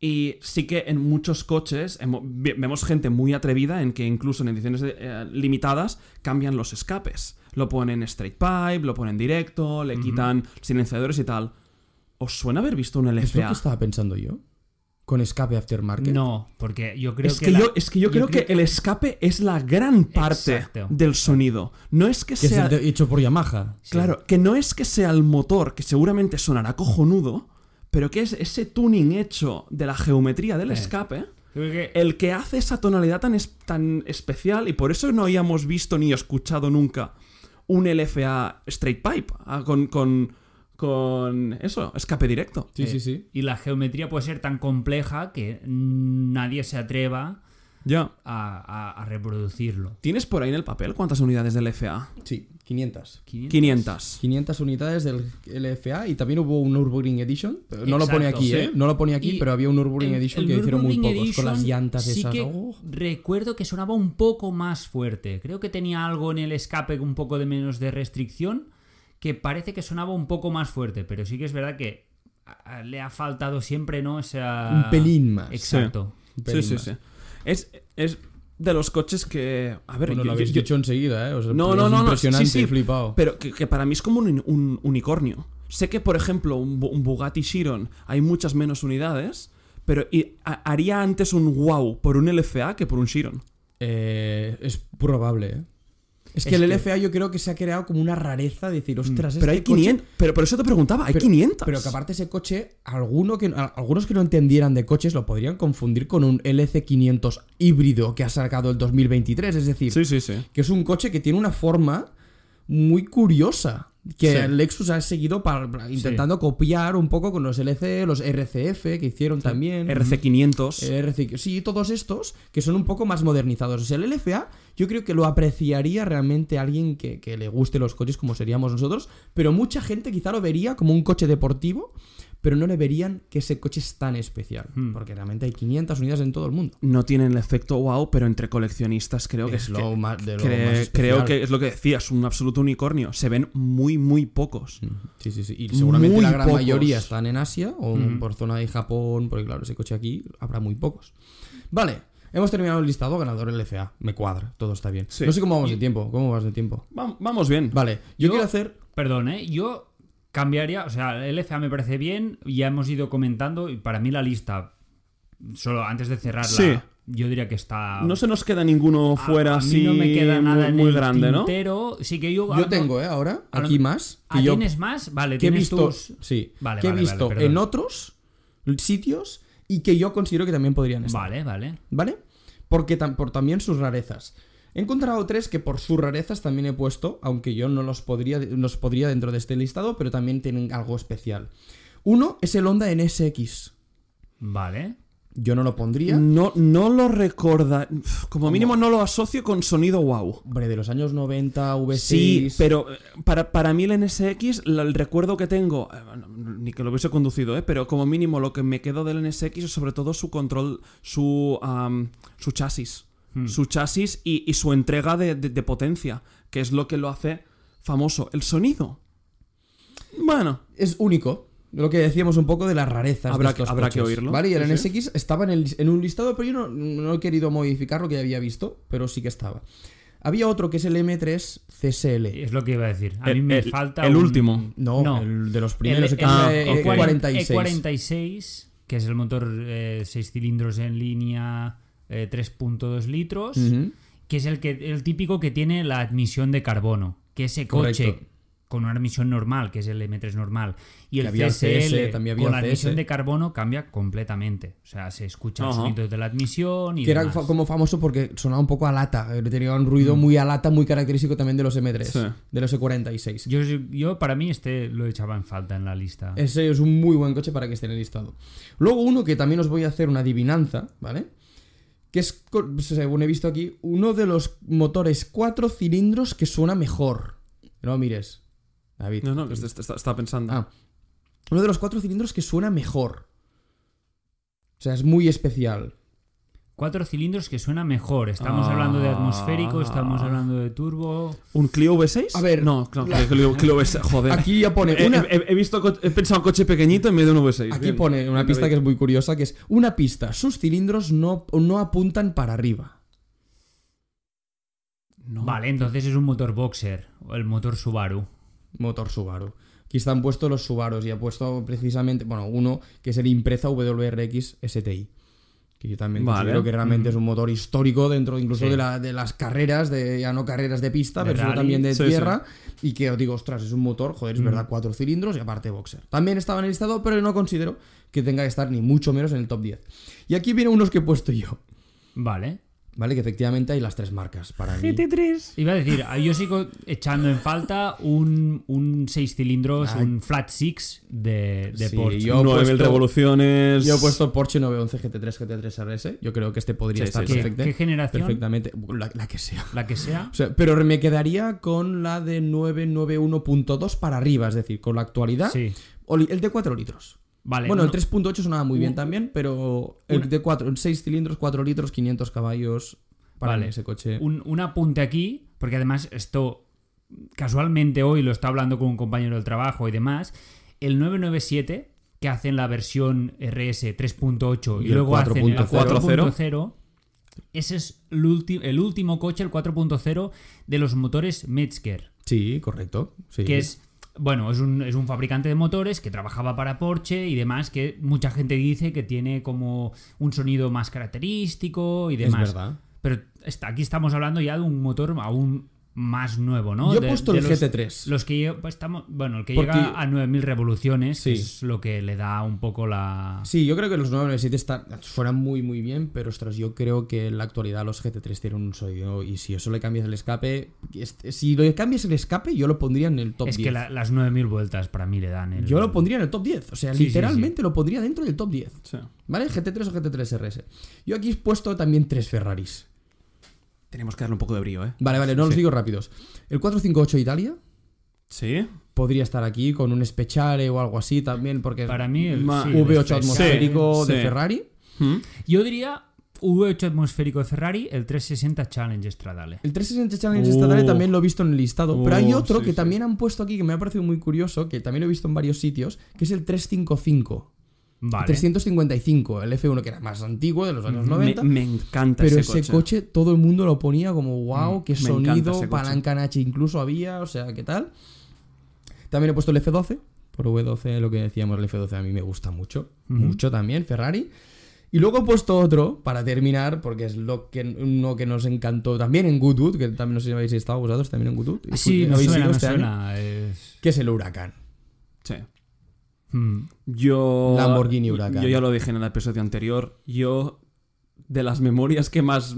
Speaker 1: Y sí que en muchos coches hemo- ve- vemos gente muy atrevida en que incluso en ediciones de- eh, limitadas cambian los escapes. Lo ponen straight pipe, lo ponen directo, le quitan silenciadores y tal. ¿Os suena haber visto un
Speaker 2: ¿Es lo
Speaker 1: LFA?
Speaker 2: que estaba pensando yo? Con escape aftermarket.
Speaker 3: No, porque yo creo
Speaker 1: Es que,
Speaker 3: la-
Speaker 1: yo, es que yo, creo, que, el escape es la gran parte
Speaker 3: Exacto.
Speaker 1: del sonido. No es que,
Speaker 2: Que
Speaker 1: sea...
Speaker 2: es el de- hecho por Yamaha.
Speaker 1: Claro, que no es que sea el motor, que seguramente sonará cojonudo, pero que es ese tuning hecho de la geometría del escape
Speaker 3: Creo que
Speaker 1: el que hace esa tonalidad tan, es- tan especial y por eso no habíamos visto ni escuchado nunca un LFA straight pipe ah, con, con, con eso, escape directo.
Speaker 2: Sí, sí, sí.
Speaker 3: Eh, Y la geometría puede ser tan compleja que nadie se atreva
Speaker 1: Ya.
Speaker 3: a, a- a reproducirlo.
Speaker 1: ¿Tienes por ahí en el papel cuántas unidades del LFA?
Speaker 2: Sí, 500.
Speaker 1: 500.
Speaker 2: 500 unidades del LFA y también hubo un Nürburgring Edition. pero No lo
Speaker 3: Exacto,
Speaker 2: pone aquí,
Speaker 1: sí.
Speaker 2: ¿eh? No lo pone aquí,
Speaker 3: Y
Speaker 2: pero había un Nürburgring
Speaker 3: El-
Speaker 2: Edition
Speaker 3: el
Speaker 2: que hicieron muy
Speaker 3: Nürburgring
Speaker 2: pocos con las
Speaker 3: Edition
Speaker 2: llantas
Speaker 3: sí
Speaker 2: esas.
Speaker 3: que
Speaker 2: Oh.
Speaker 3: Recuerdo que sonaba un poco más fuerte. Creo que tenía algo en el escape, un poco de menos de restricción, que parece que sonaba un poco más fuerte, pero sí que es verdad que a- a- le ha faltado siempre, ¿no? Esa...
Speaker 2: Un pelín más.
Speaker 3: Exacto.
Speaker 2: Un
Speaker 1: Sí,
Speaker 2: pelín
Speaker 1: sí,
Speaker 2: más.
Speaker 1: sí. Es, es de los coches que... A ver,
Speaker 2: Bueno,
Speaker 1: yo-
Speaker 2: lo habéis
Speaker 1: yo-
Speaker 2: dicho enseguida, ¿eh? O sea,
Speaker 1: No,
Speaker 2: es
Speaker 1: no, no, no,
Speaker 2: Impresionante,
Speaker 1: sí, sí.
Speaker 2: flipado.
Speaker 1: Pero que, que para mí es como un, un unicornio. Sé que, por ejemplo, un, Bu- un Bugatti Chiron hay muchas menos unidades, pero i- ha- haría antes un wow por un LFA que por un Chiron.
Speaker 2: Eh, es probable, ¿eh? Es que
Speaker 3: Es
Speaker 2: el
Speaker 3: que-
Speaker 2: LFA yo creo que se ha creado como una rareza de decir, ostras,
Speaker 1: Mm, pero
Speaker 2: este
Speaker 1: hay
Speaker 2: coche-
Speaker 1: 500. Pero por eso te preguntaba, hay 500.
Speaker 2: Pero que aparte ese coche, alguno que, a- algunos que no entendieran de coches lo podrían confundir con un LC500 híbrido que ha sacado el 2023. Es decir,
Speaker 1: Sí, sí, sí.
Speaker 2: que es un coche que tiene una forma muy curiosa. Que
Speaker 1: Sí.
Speaker 2: el Lexus ha seguido para- para- intentando copiar un poco con los LC, los RCF que hicieron también.
Speaker 1: RC500.
Speaker 2: El RC, sí, todos estos que son un poco más modernizados. O sea, el LFA yo creo que lo apreciaría realmente alguien que, que le guste los coches como seríamos nosotros, pero mucha gente quizá lo vería como un coche deportivo, pero no le verían que ese coche es tan especial,
Speaker 3: Hmm.
Speaker 2: porque realmente hay 500 unidades en todo el mundo.
Speaker 1: no tienen el efecto wow, pero entre coleccionistas creo que
Speaker 2: Es
Speaker 1: es
Speaker 2: lo
Speaker 1: que-
Speaker 2: más- de lo
Speaker 1: cre-
Speaker 2: más especial.
Speaker 1: Creo que es lo que decías, un absoluto unicornio. Se ven muy, muy pocos.
Speaker 2: Sí, sí, sí. Y seguramente
Speaker 1: Muy
Speaker 2: la gran
Speaker 1: pocos.
Speaker 2: mayoría están en Asia o por zona de Japón, porque claro, ese coche aquí habrá muy pocos. Vale, hemos terminado el listado ganador LFA. Me cuadra, todo está bien.
Speaker 1: Sí.
Speaker 2: No sé cómo vamos de tiempo, cómo vas de tiempo.
Speaker 1: Va- Vamos bien.
Speaker 2: Vale, yo,
Speaker 3: Yo-
Speaker 2: quiero hacer.
Speaker 3: Perdón, ¿eh? Yo cambiaría, o sea, el LFA me parece bien, ya hemos ido comentando, y para mí la lista, solo antes de cerrarla,
Speaker 1: Sí.
Speaker 3: yo diría que está...
Speaker 1: No se nos queda ninguno
Speaker 3: a-
Speaker 1: fuera
Speaker 3: Ah, a mí
Speaker 1: así
Speaker 3: no me queda nada
Speaker 1: muy,
Speaker 3: en
Speaker 1: muy
Speaker 3: el
Speaker 1: grande, ¿no?
Speaker 3: tintero. Sí que yo...
Speaker 2: Yo tengo, ¿eh? Ahora,
Speaker 3: a lo-
Speaker 2: aquí más.
Speaker 3: Ah,
Speaker 2: que yo,
Speaker 3: ¿Tienes más? Vale,
Speaker 2: que he
Speaker 3: tienes
Speaker 2: visto.
Speaker 3: tus-
Speaker 2: Sí,
Speaker 3: Vale,
Speaker 2: que he
Speaker 3: vale, vale,
Speaker 2: visto
Speaker 3: perdón.
Speaker 2: en otros sitios y que yo considero que también podrían estar.
Speaker 3: Vale, vale.
Speaker 2: ¿vale? Porque tam- por también sus rarezas. He encontrado tres que por sus rarezas también he puesto, aunque yo no los podría, los podría dentro de este listado, pero también tienen algo especial. Uno es el Honda NSX.
Speaker 3: Vale.
Speaker 2: Yo no lo pondría.
Speaker 1: No, no lo recorda. Uf, Como mínimo no lo asocio con sonido wow.
Speaker 2: Hombre, de los años 90, V6.
Speaker 1: Sí, pero eh, para, para mí el NSX, la- el recuerdo que tengo, eh, bueno, ni que lo hubiese conducido, eh, pero como mínimo lo que me quedó del NSX es sobre todo su control, su, am, su chasis. Su chasis y, y su entrega de, de- de potencia, que es lo que lo hace famoso. El sonido. Bueno,
Speaker 2: es único. Lo que decíamos un poco de las rarezas. de
Speaker 1: Habrá
Speaker 2: estos
Speaker 1: que- habrá que
Speaker 2: coches,
Speaker 1: oírlo.
Speaker 2: ¿Vale? Y el
Speaker 1: Sí,
Speaker 2: NSX estaba en, el- en un listado, pero yo no, no he querido modificar lo que ya había visto, pero sí que estaba. Había otro que es el M3 CSL.
Speaker 3: Es lo que iba a decir. A mí
Speaker 1: El-
Speaker 3: me
Speaker 1: el-
Speaker 3: falta.
Speaker 1: el
Speaker 3: un-
Speaker 1: último.
Speaker 2: No,
Speaker 3: No.
Speaker 2: el de los primeros,
Speaker 3: El-
Speaker 2: el,
Speaker 3: el-
Speaker 1: Ah,
Speaker 2: E-
Speaker 1: ok.
Speaker 2: E46.
Speaker 3: E46, que es el motor 6 cilindros en línea, eh, 3.2 litros,
Speaker 2: Ujú.
Speaker 3: que es el, que, el típico que tiene la admisión de carbono. Que ese coche
Speaker 2: Correcto.
Speaker 3: con una admisión normal, que es el M3 normal, y
Speaker 2: Que
Speaker 3: el
Speaker 2: había el CS,
Speaker 3: CSL
Speaker 2: también había
Speaker 3: con
Speaker 2: el CS.
Speaker 3: la admisión de carbono cambia completamente. O sea, se escucha el
Speaker 1: Ajá.
Speaker 3: sonido de la admisión y
Speaker 2: Que era
Speaker 3: demás.
Speaker 2: fa- como famoso porque sonaba un poco a lata. eh, Tenía un ruido muy a lata, muy característico también de los M3,
Speaker 1: Sí.
Speaker 2: de los E E46.
Speaker 3: Yo, yo, para mí, este lo echaba en falta en la lista.
Speaker 2: Ese es un muy buen coche para que esté en el listado. Luego uno que también os voy a hacer una adivinanza, ¿vale? Que es, co- según he visto aquí, uno de los motores cuatro cilindros que suena mejor. No mires, David.
Speaker 1: no, no, que est- est- estaba pensando.
Speaker 2: Ah. Uno de los cuatro cilindros que suena mejor. O sea, es muy especial.
Speaker 3: Cuatro cilindros que suena mejor. Estamos
Speaker 1: Ah.
Speaker 3: hablando de atmosférico, estamos hablando de turbo.
Speaker 1: ¿Un Clio V6?
Speaker 2: A ver,
Speaker 1: No, claro, Clio, Clio V6. Joder.
Speaker 2: Aquí ya pone
Speaker 1: He,
Speaker 2: una,
Speaker 1: Eh, he- he visto, co- he pensado en coche pequeñito en medio de un V6.
Speaker 2: Aquí
Speaker 1: Bien.
Speaker 2: pone una
Speaker 1: Bien,
Speaker 2: pista
Speaker 1: David.
Speaker 2: que es muy curiosa, que es una pista. Sus cilindros no, no apuntan para arriba.
Speaker 1: No.
Speaker 3: Vale, entonces es un motor boxer, o el motor Subaru.
Speaker 2: Motor Subaru. Aquí están puestos los Subaros y ha puesto precisamente, bueno, uno que es el Impreza WRX STI. que yo también
Speaker 1: Vale. Mm.
Speaker 2: considero que realmente es un motor histórico dentro incluso
Speaker 3: Sí.
Speaker 2: de, la- de las carreras, de ya no carreras de pista,
Speaker 3: De
Speaker 2: pero sino
Speaker 3: rally.
Speaker 2: también de
Speaker 1: Sí, Mm.
Speaker 2: tierra, y que os digo, ostras, es un motor, joder, es verdad, cuatro cilindros y aparte boxer. También estaba en el listado, pero no considero que tenga que estar ni mucho menos en el top 10. Y aquí vienen unos que he puesto yo,
Speaker 3: Vale.
Speaker 2: ¿vale? Que efectivamente hay las tres marcas para mí.
Speaker 3: Iba a decir, yo sigo echando en falta un, un 6 cilindros,
Speaker 2: Ay.
Speaker 3: un flat six de, de
Speaker 2: Sí,
Speaker 3: Porsche.
Speaker 2: yo- he
Speaker 1: 9.000
Speaker 2: puesto-
Speaker 1: revoluciones.
Speaker 2: Yo he puesto Porsche 911 GT3 GT3 RS, yo creo que este podría
Speaker 1: Sí,
Speaker 2: estar
Speaker 1: sí, sí.
Speaker 3: ¿Qué,
Speaker 2: perfecta-
Speaker 3: qué generación?
Speaker 2: perfectamente, la- la que sea.
Speaker 3: La que sea.
Speaker 2: O sea, pero me quedaría con la de 991.2 para arriba, es decir, con la actualidad.
Speaker 3: Sí.
Speaker 2: O li- El de 4 litros.
Speaker 3: Vale.
Speaker 2: bueno,
Speaker 3: no- Uh.
Speaker 2: el 3.8 sonaba muy bien también, pero el
Speaker 3: una-
Speaker 2: de 4, en 6 cilindros, 4 litros, 500 caballos para
Speaker 3: Vale.
Speaker 2: mí ese coche.
Speaker 3: un, un apunte aquí, porque además esto casualmente hoy lo está hablando con un compañero del trabajo y demás. El 997 que hacen la versión RS 3.8 y,
Speaker 2: Y el
Speaker 3: luego hacen el
Speaker 2: 4.0.
Speaker 3: 4.0, ese es el, ulti- el último coche, el 4.0 de los motores Metzger,
Speaker 2: Sí, correcto. sí.
Speaker 3: que es bueno, es un, es un fabricante de motores que trabajaba para Porsche y demás, que mucha gente dice que tiene como un sonido más característico y
Speaker 2: Es
Speaker 3: demás.
Speaker 2: verdad.
Speaker 3: Pero está- aquí estamos hablando ya de un motor aún más nuevo, ¿no?
Speaker 2: Yo he
Speaker 3: De-
Speaker 2: puesto
Speaker 3: de
Speaker 2: el
Speaker 3: los-
Speaker 2: GT3.
Speaker 3: Los que lle- pues, estamos, bueno, el que
Speaker 2: Porque-
Speaker 3: llega a 9000 revoluciones que
Speaker 2: Sí.
Speaker 3: es lo que le da un poco la
Speaker 2: Sí, yo creo que los 997 están, suenan muy, muy bien, pero ostras, yo creo que en la actualidad los GT3 tienen un sonido y si eso le cambias el escape, este- si le cambias el escape, yo lo pondría en el top
Speaker 3: es
Speaker 2: 10.
Speaker 3: que la- las 9000 vueltas para mí le dan el
Speaker 2: Yo lo pondría en el top 10. O sea,
Speaker 3: Sí, sí,
Speaker 2: literalmente lo pondría dentro del top 10.
Speaker 1: Sí.
Speaker 2: ¿Vale? GT3 o GT3 RS. Yo aquí he puesto también tres Ferraris.
Speaker 1: Tenemos que darle un poco de brío, ¿eh?
Speaker 2: Vale, vale, no los
Speaker 1: Sí.
Speaker 2: digo rápidos. El 458 Italia
Speaker 1: Sí.
Speaker 2: podría estar aquí con un Speciale o algo así también, porque
Speaker 3: para mí el
Speaker 1: Ma-
Speaker 3: sí, el
Speaker 2: V8
Speaker 3: Speciale.
Speaker 2: atmosférico
Speaker 1: Sí,
Speaker 2: de
Speaker 1: sí.
Speaker 2: Ferrari.
Speaker 1: Mm.
Speaker 3: Yo diría V8 atmosférico de Ferrari, el 360 Challenge Stradale.
Speaker 2: El 360 Challenge
Speaker 1: Uh.
Speaker 2: Stradale también lo he visto en el listado. pero hay
Speaker 1: Uh,
Speaker 2: otro
Speaker 1: sí,
Speaker 2: que
Speaker 1: sí.
Speaker 2: también han puesto aquí que me ha parecido muy curioso, que también lo he visto en varios sitios, que es el 355.
Speaker 3: Vale.
Speaker 2: 355, el F1 que era más antiguo de los años
Speaker 3: Ujú.
Speaker 2: 90.
Speaker 1: Me, me encanta
Speaker 2: Pero
Speaker 1: ese, coche.
Speaker 2: todo el mundo lo ponía como wow, qué
Speaker 1: me encanta ese
Speaker 2: sonido,
Speaker 1: coche.
Speaker 2: palanca Nachi incluso había, o sea, ¿qué tal? También he puesto el F12, por V12 lo que decíamos, el F12 a mí me gusta mucho,
Speaker 3: Ujú.
Speaker 2: mucho también, Ferrari. Y luego he puesto otro para terminar, porque es lo que, uno que nos encantó también en Goodwood, que también no sé si habéis estado vosotros también en Goodwood.
Speaker 3: Ah, sí, me
Speaker 2: ¿Habéis
Speaker 3: suena,
Speaker 2: ido
Speaker 3: me
Speaker 2: este año?
Speaker 3: suena. es-
Speaker 2: Que es el Huracán.
Speaker 1: Sí.
Speaker 3: Mm.
Speaker 1: Yo.
Speaker 2: Lamborghini Huracán.
Speaker 1: Yo ya lo dije en el episodio anterior. Yo. De las memorias que más,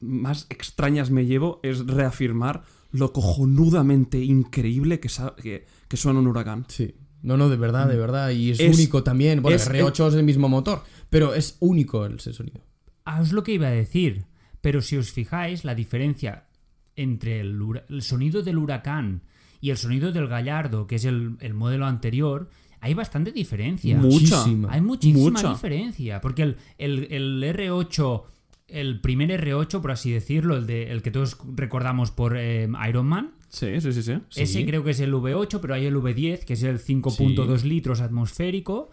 Speaker 1: más extrañas me llevo es reafirmar lo cojonudamente increíble que, sa- que, que suena un huracán.
Speaker 2: Sí. No, no, de verdad, de verdad. Y es,
Speaker 1: Es-
Speaker 2: único también. Bueno,
Speaker 1: es-
Speaker 2: el R8 es el mismo motor, pero es único el- ese sonido.
Speaker 3: Ah, es lo que iba a decir. Pero si os fijáis, la diferencia entre el, hura- el sonido del huracán y el sonido del gallardo, que es el, el modelo anterior, hay bastante diferencia.
Speaker 1: Mucha.
Speaker 2: Muchísima.
Speaker 3: hay muchísima
Speaker 1: mucha.
Speaker 3: diferencia. Porque el, el- el R8, el primer R8, por así decirlo, el, de, el que todos recordamos por eh, Iron Man,
Speaker 1: Sí, sí, sí, sí.
Speaker 2: Sí.
Speaker 3: ese creo que es el V8, pero hay el V10, que es el 5.2 litros atmosférico,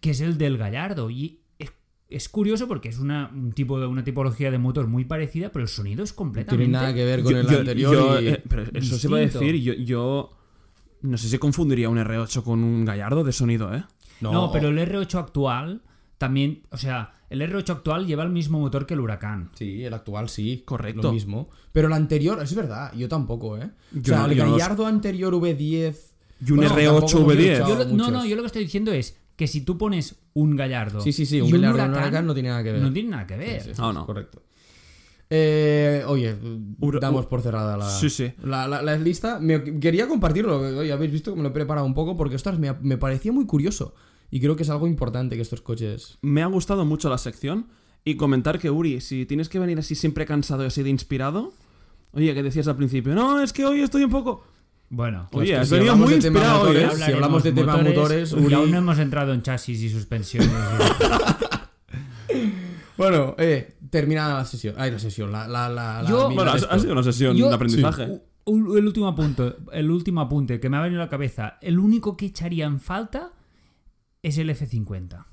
Speaker 3: que es el del Gallardo. Y es, es curioso porque es una, un tipo de, una tipología de motor muy parecida, pero el sonido es
Speaker 2: No tiene
Speaker 3: completamente...
Speaker 2: nada que ver con
Speaker 1: Yo-
Speaker 2: el
Speaker 1: yo-
Speaker 2: anterior.
Speaker 1: yo,
Speaker 2: y-
Speaker 1: eh, pero eso se iba a
Speaker 3: distinto.
Speaker 1: decir. Yo, yo. No sé si confundiría un R8 con un gallardo de sonido, ¿eh?
Speaker 3: no. pero el R8 actual también... O sea, el R8 actual lleva el mismo motor que el Huracán.
Speaker 2: Sí, el actual sí.
Speaker 1: Correcto.
Speaker 2: Lo mismo. Pero el anterior, es verdad, yo tampoco, ¿eh?
Speaker 1: Yo
Speaker 2: o sea,
Speaker 1: no-
Speaker 2: el
Speaker 1: yo no lo
Speaker 2: Gallardo anterior V10.
Speaker 1: Y un
Speaker 2: Bueno,
Speaker 1: R8
Speaker 2: tampoco hemos
Speaker 1: V10.
Speaker 2: luchado
Speaker 3: Yo lo- no,
Speaker 2: muchos.
Speaker 3: no, yo lo que estoy diciendo es que si tú pones un Gallardo
Speaker 2: Sí, sí, sí,
Speaker 3: y
Speaker 2: un Gallardo y un Huracán no tiene nada que ver.
Speaker 3: No tiene nada que ver.
Speaker 2: Sí, sí,
Speaker 1: No, no.
Speaker 2: Correcto. Eh, oye,
Speaker 1: Ura-
Speaker 2: damos por cerrada la,
Speaker 1: Sí, sí.
Speaker 2: la, la- la lista. Me, quería compartirlo, oye, habéis visto que me lo he preparado un poco porque, ostras, me, me parecía muy curioso. Y creo que es algo importante que estos coches...
Speaker 1: Me ha gustado mucho la sección. Y comentar que, Uri, si tienes que venir así siempre cansado y así de inspirado. Oye, que decías al principio, no, es que hoy estoy un poco.
Speaker 3: Bueno.
Speaker 1: Oye,
Speaker 2: es que
Speaker 1: has
Speaker 2: si
Speaker 1: venido
Speaker 2: hablamos
Speaker 1: muy
Speaker 2: de tema
Speaker 1: inspirado hoy,
Speaker 2: motores,
Speaker 1: ¿eh?
Speaker 2: Pues, si hablamos de tema motores,
Speaker 3: y
Speaker 2: Uri-
Speaker 3: aún no hemos entrado en chasis y suspensiones. y-
Speaker 2: Bueno, eh, terminada la sesión. Ay, la sesión, la... la, la- la-
Speaker 3: Yo-
Speaker 2: mi-
Speaker 1: Bueno, ha
Speaker 2: esto.
Speaker 1: ha sido una sesión
Speaker 3: Yo-
Speaker 1: de aprendizaje.
Speaker 3: U- u- el último apunte, el último apunte que me ha venido a la cabeza, el único que echaría en falta es el F50.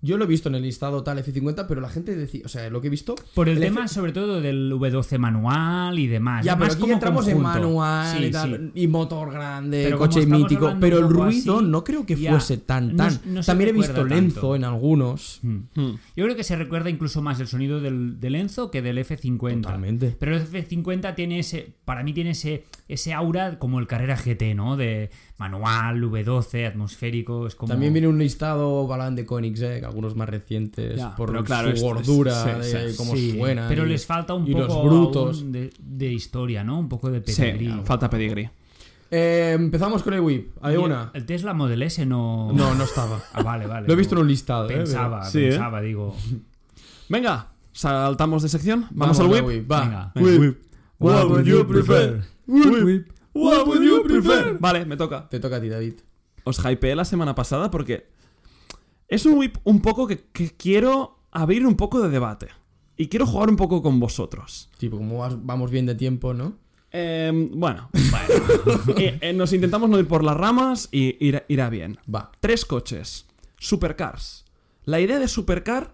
Speaker 2: Yo lo he visto en el listado tal F50, pero la gente decía, o sea, lo que he visto.
Speaker 3: Por el,
Speaker 2: el
Speaker 3: tema,
Speaker 2: F-
Speaker 3: sobre todo, del V12 manual y demás.
Speaker 2: ya, pero
Speaker 3: más
Speaker 2: aquí
Speaker 3: como
Speaker 2: entramos
Speaker 3: conjunto.
Speaker 2: en manual
Speaker 3: Sí,
Speaker 2: y,
Speaker 3: sí.
Speaker 2: tal, y motor grande,
Speaker 3: Pero como
Speaker 2: coche
Speaker 3: estamos
Speaker 2: mítico.
Speaker 3: hablando
Speaker 2: Pero
Speaker 3: un
Speaker 2: el
Speaker 3: poco
Speaker 2: ruido
Speaker 3: así,
Speaker 2: no creo que
Speaker 3: ya,
Speaker 2: fuese tan,
Speaker 3: no
Speaker 2: tan.
Speaker 3: s- no se
Speaker 2: También he
Speaker 3: recuerda
Speaker 2: visto lenzo
Speaker 3: tanto.
Speaker 2: en algunos.
Speaker 3: Mm.
Speaker 1: Hmm.
Speaker 3: Yo creo que se recuerda incluso más el sonido del, del Enzo que del F50.
Speaker 2: Totalmente.
Speaker 3: Pero el F50 tiene ese, para mí tiene ese, ese aura como el Carrera GT, ¿no? De manual, V12, atmosférico, es como...
Speaker 2: También viene un listado Balan de Koenigsegg, algunos más recientes,
Speaker 1: Ya,
Speaker 2: por
Speaker 1: pero claro,
Speaker 2: su
Speaker 1: esto es-
Speaker 2: gordura,
Speaker 1: sí,
Speaker 2: de
Speaker 1: sí,
Speaker 2: cómo
Speaker 3: Sí,
Speaker 2: suena.
Speaker 3: Pero
Speaker 2: y-
Speaker 3: les falta un
Speaker 2: y
Speaker 3: poco
Speaker 2: los brutos.
Speaker 3: aún de, de historia, ¿no? Un poco de
Speaker 1: Sí,
Speaker 3: pedigrí.
Speaker 1: falta pedigrí.
Speaker 2: Eh, empezamos con el whip. Hay
Speaker 3: Y el-
Speaker 2: una.
Speaker 3: El Tesla Model S no...
Speaker 2: No, no estaba.
Speaker 3: Ah, vale, vale.
Speaker 2: Lo he visto en
Speaker 3: digo,
Speaker 2: un listado. eh,
Speaker 3: Pensaba,
Speaker 1: Sí, ¿eh?
Speaker 3: pensaba, digo...
Speaker 1: Venga, saltamos de sección.
Speaker 2: pero-
Speaker 1: Vamos, al whip.
Speaker 2: Va.
Speaker 3: Venga.
Speaker 1: Venga.
Speaker 2: What would you prefer?
Speaker 1: Whip. What would you prefer? Vale, me toca.
Speaker 2: Te toca a ti, David.
Speaker 1: Os hypeé la semana pasada porque es un whip un poco que, que quiero abrir un poco de debate. Y quiero jugar un poco con vosotros.
Speaker 2: Tipo, como vas- vamos bien de tiempo, ¿no?
Speaker 1: Em, bueno, Eh, eh, nos intentamos no ir por las ramas y irá, irá bien.
Speaker 2: Va.
Speaker 1: Tres coches. Supercars. La idea de supercar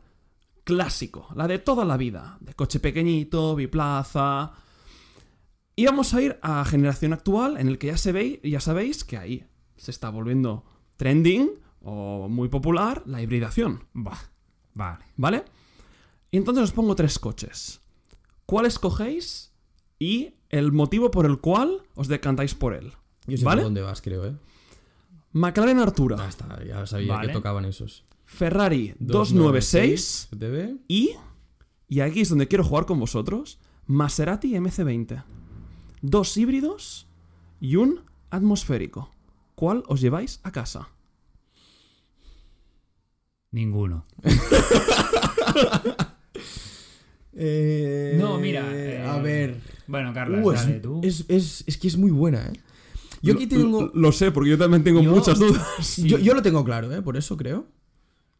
Speaker 1: clásico, la de toda la vida. De coche pequeñito, biplaza. Y vamos a ir a generación actual, en el que ya, se ve, ya sabéis que ahí se está volviendo trending o muy popular la hibridación.
Speaker 3: Bah, vale.
Speaker 1: ¿Vale? Y entonces os pongo tres coches. ¿Cuál escogéis? Y el motivo por el cual os decantáis por él.
Speaker 2: Yo sé
Speaker 1: ¿Vale?
Speaker 2: por dónde vas, creo, ¿eh?
Speaker 1: McLaren
Speaker 2: Ya
Speaker 1: Artura,
Speaker 2: está, ya sabía
Speaker 3: Vale.
Speaker 2: que tocaban esos.
Speaker 1: Ferrari 296
Speaker 2: ¿Se te ve?
Speaker 1: y, y aquí es donde quiero jugar con vosotros, Maserati MC20. Dos híbridos y un atmosférico. ¿Cuál os lleváis a casa?
Speaker 3: Ninguno.
Speaker 2: Eh,
Speaker 3: No, mira, eh,
Speaker 2: A ver.
Speaker 3: Bueno, Carlos,
Speaker 2: Uh, es,
Speaker 3: dale tú.
Speaker 2: es- es- es que es muy buena, ¿eh? Yo aquí tengo.
Speaker 1: Lo sé, porque yo también tengo
Speaker 3: Yo-
Speaker 1: muchas dudas.
Speaker 3: Sí.
Speaker 2: Yo, yo lo tengo claro, ¿eh? Por eso creo.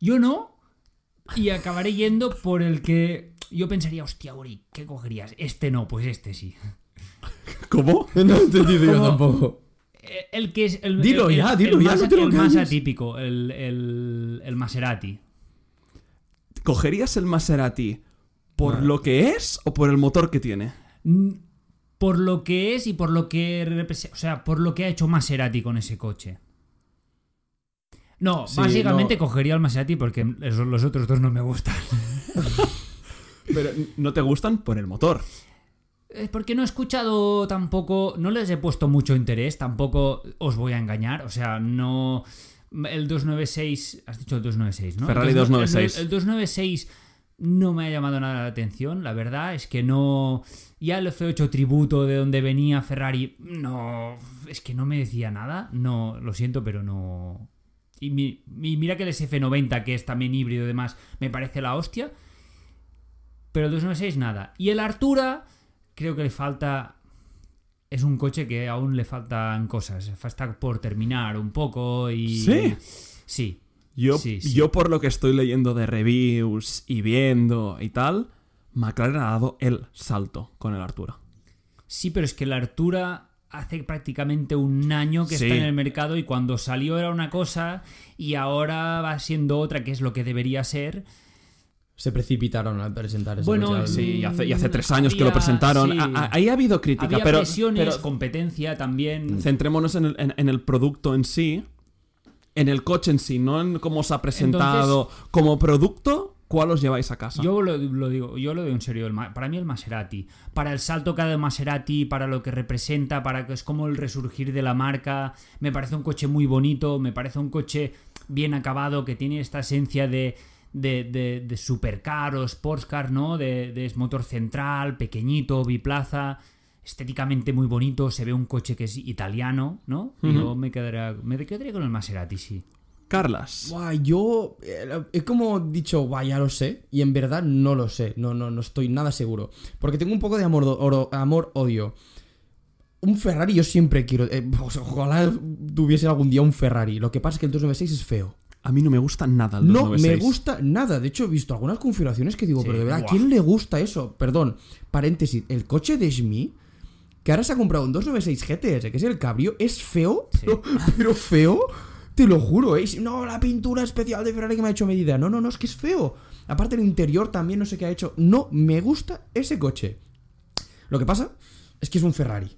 Speaker 3: Yo no. Y acabaré yendo por el que yo pensaría, hostia, Uri, ¿qué cogerías? Este no, pues este sí.
Speaker 1: ¿Cómo?
Speaker 2: No he entendido
Speaker 3: ¿Cómo?
Speaker 2: tampoco.
Speaker 3: Eh, El que es el.
Speaker 2: Dilo
Speaker 3: el-
Speaker 2: ya,
Speaker 3: el-
Speaker 2: dilo
Speaker 3: el
Speaker 2: ya,
Speaker 3: más,
Speaker 2: no te lo
Speaker 3: El más
Speaker 2: calles.
Speaker 3: atípico, el, el, el Maserati.
Speaker 1: ¿Cogerías el Maserati por
Speaker 2: Vale.
Speaker 1: lo que es o por el motor que tiene?
Speaker 3: Mm, Por lo que es y por lo que representa. O sea, por lo que ha hecho Maserati con ese coche. No,
Speaker 2: Sí,
Speaker 3: básicamente
Speaker 2: no.
Speaker 3: cogería el Maserati porque esos- los otros dos no me gustan.
Speaker 1: Pero no te gustan por el motor.
Speaker 3: Es porque no he escuchado tampoco, no les he puesto mucho interés, tampoco os voy a engañar, o sea, no... El 296, has dicho el 296, ¿no?
Speaker 1: Ferrari
Speaker 3: El dos-
Speaker 1: 296.
Speaker 3: El, el 296 no me ha llamado nada la atención, la verdad, es que no... Ya el F8 tributo de donde venía Ferrari, no... Es que no me decía nada, no, lo siento, pero no... Y, mi- mi- mira que el SF90, que es también híbrido y demás, me parece la hostia. Pero el 296 nada. Y el Artura, creo que le falta. Es un coche que aún le faltan cosas. Falta por terminar un poco y.
Speaker 1: ¿Sí?
Speaker 3: Sí.
Speaker 1: Yo,
Speaker 3: Sí, sí.
Speaker 1: yo por lo que estoy leyendo de reviews y viendo y tal, McLaren ha dado el salto con el Artura.
Speaker 3: Sí, pero es que el Artura hace prácticamente un año que
Speaker 1: Sí.
Speaker 3: está en el mercado y cuando salió era una cosa y ahora va siendo otra, que es lo que debería ser.
Speaker 2: Se precipitaron al presentar ese
Speaker 3: Bueno,
Speaker 2: coche al-
Speaker 3: sí.
Speaker 1: Sí, y hace, y hace tres
Speaker 3: Mm,
Speaker 1: años que lo
Speaker 3: había-
Speaker 1: presentaron.
Speaker 3: sí.
Speaker 1: A- a- ahí ha habido crítica,
Speaker 3: Había
Speaker 1: pero,
Speaker 3: presiones,
Speaker 1: pero Mm.
Speaker 3: competencia también.
Speaker 1: centrémonos en el, en- en el producto en sí, en el coche en sí, no en cómo se ha presentado. Como producto, ¿cuál os lleváis a casa?
Speaker 3: Yo lo, lo digo, yo lo digo en serio. el Ma- para mí el Maserati, para el salto que ha dado Maserati, para lo que representa, para que es como el resurgir de la marca, me parece un coche muy bonito, me parece un coche bien acabado, que tiene esta esencia de, de, de, de supercar o sportscar, ¿no? De, de es motor central, pequeñito, biplaza, estéticamente muy bonito, se ve un coche que es italiano, ¿no? Y yo me quedaría, me quedaría con el Maserati, sí.
Speaker 1: Carlas.
Speaker 2: Guay, yo eh, he como dicho, guay, ya lo sé, y en verdad no lo sé, no, no, no estoy nada seguro. Porque tengo un poco de amor, oro- amor odio. Un Ferrari yo siempre quiero, eh, o sea, ojalá tuviese algún día un Ferrari. Lo que pasa es que el 296 es feo.
Speaker 1: A mí no me gusta nada el
Speaker 2: No
Speaker 1: 296.
Speaker 2: me gusta nada. De hecho, he visto algunas configuraciones que digo,
Speaker 3: Sí,
Speaker 2: pero de verdad, ¿a
Speaker 3: buah.
Speaker 2: quién le gusta eso? Perdón, paréntesis, el coche de Shmi, eh, que ahora se ha comprado un 296 GTS, que es el cabrio, es feo,
Speaker 3: Sí.
Speaker 2: pero, pero feo. Te lo juro, ¿eh? Si- No, la pintura especial de Ferrari que me ha hecho a medida. No, no, no, es que es feo. Aparte el interior también no sé qué ha hecho. No, me gusta ese coche. Lo que pasa es que es un Ferrari.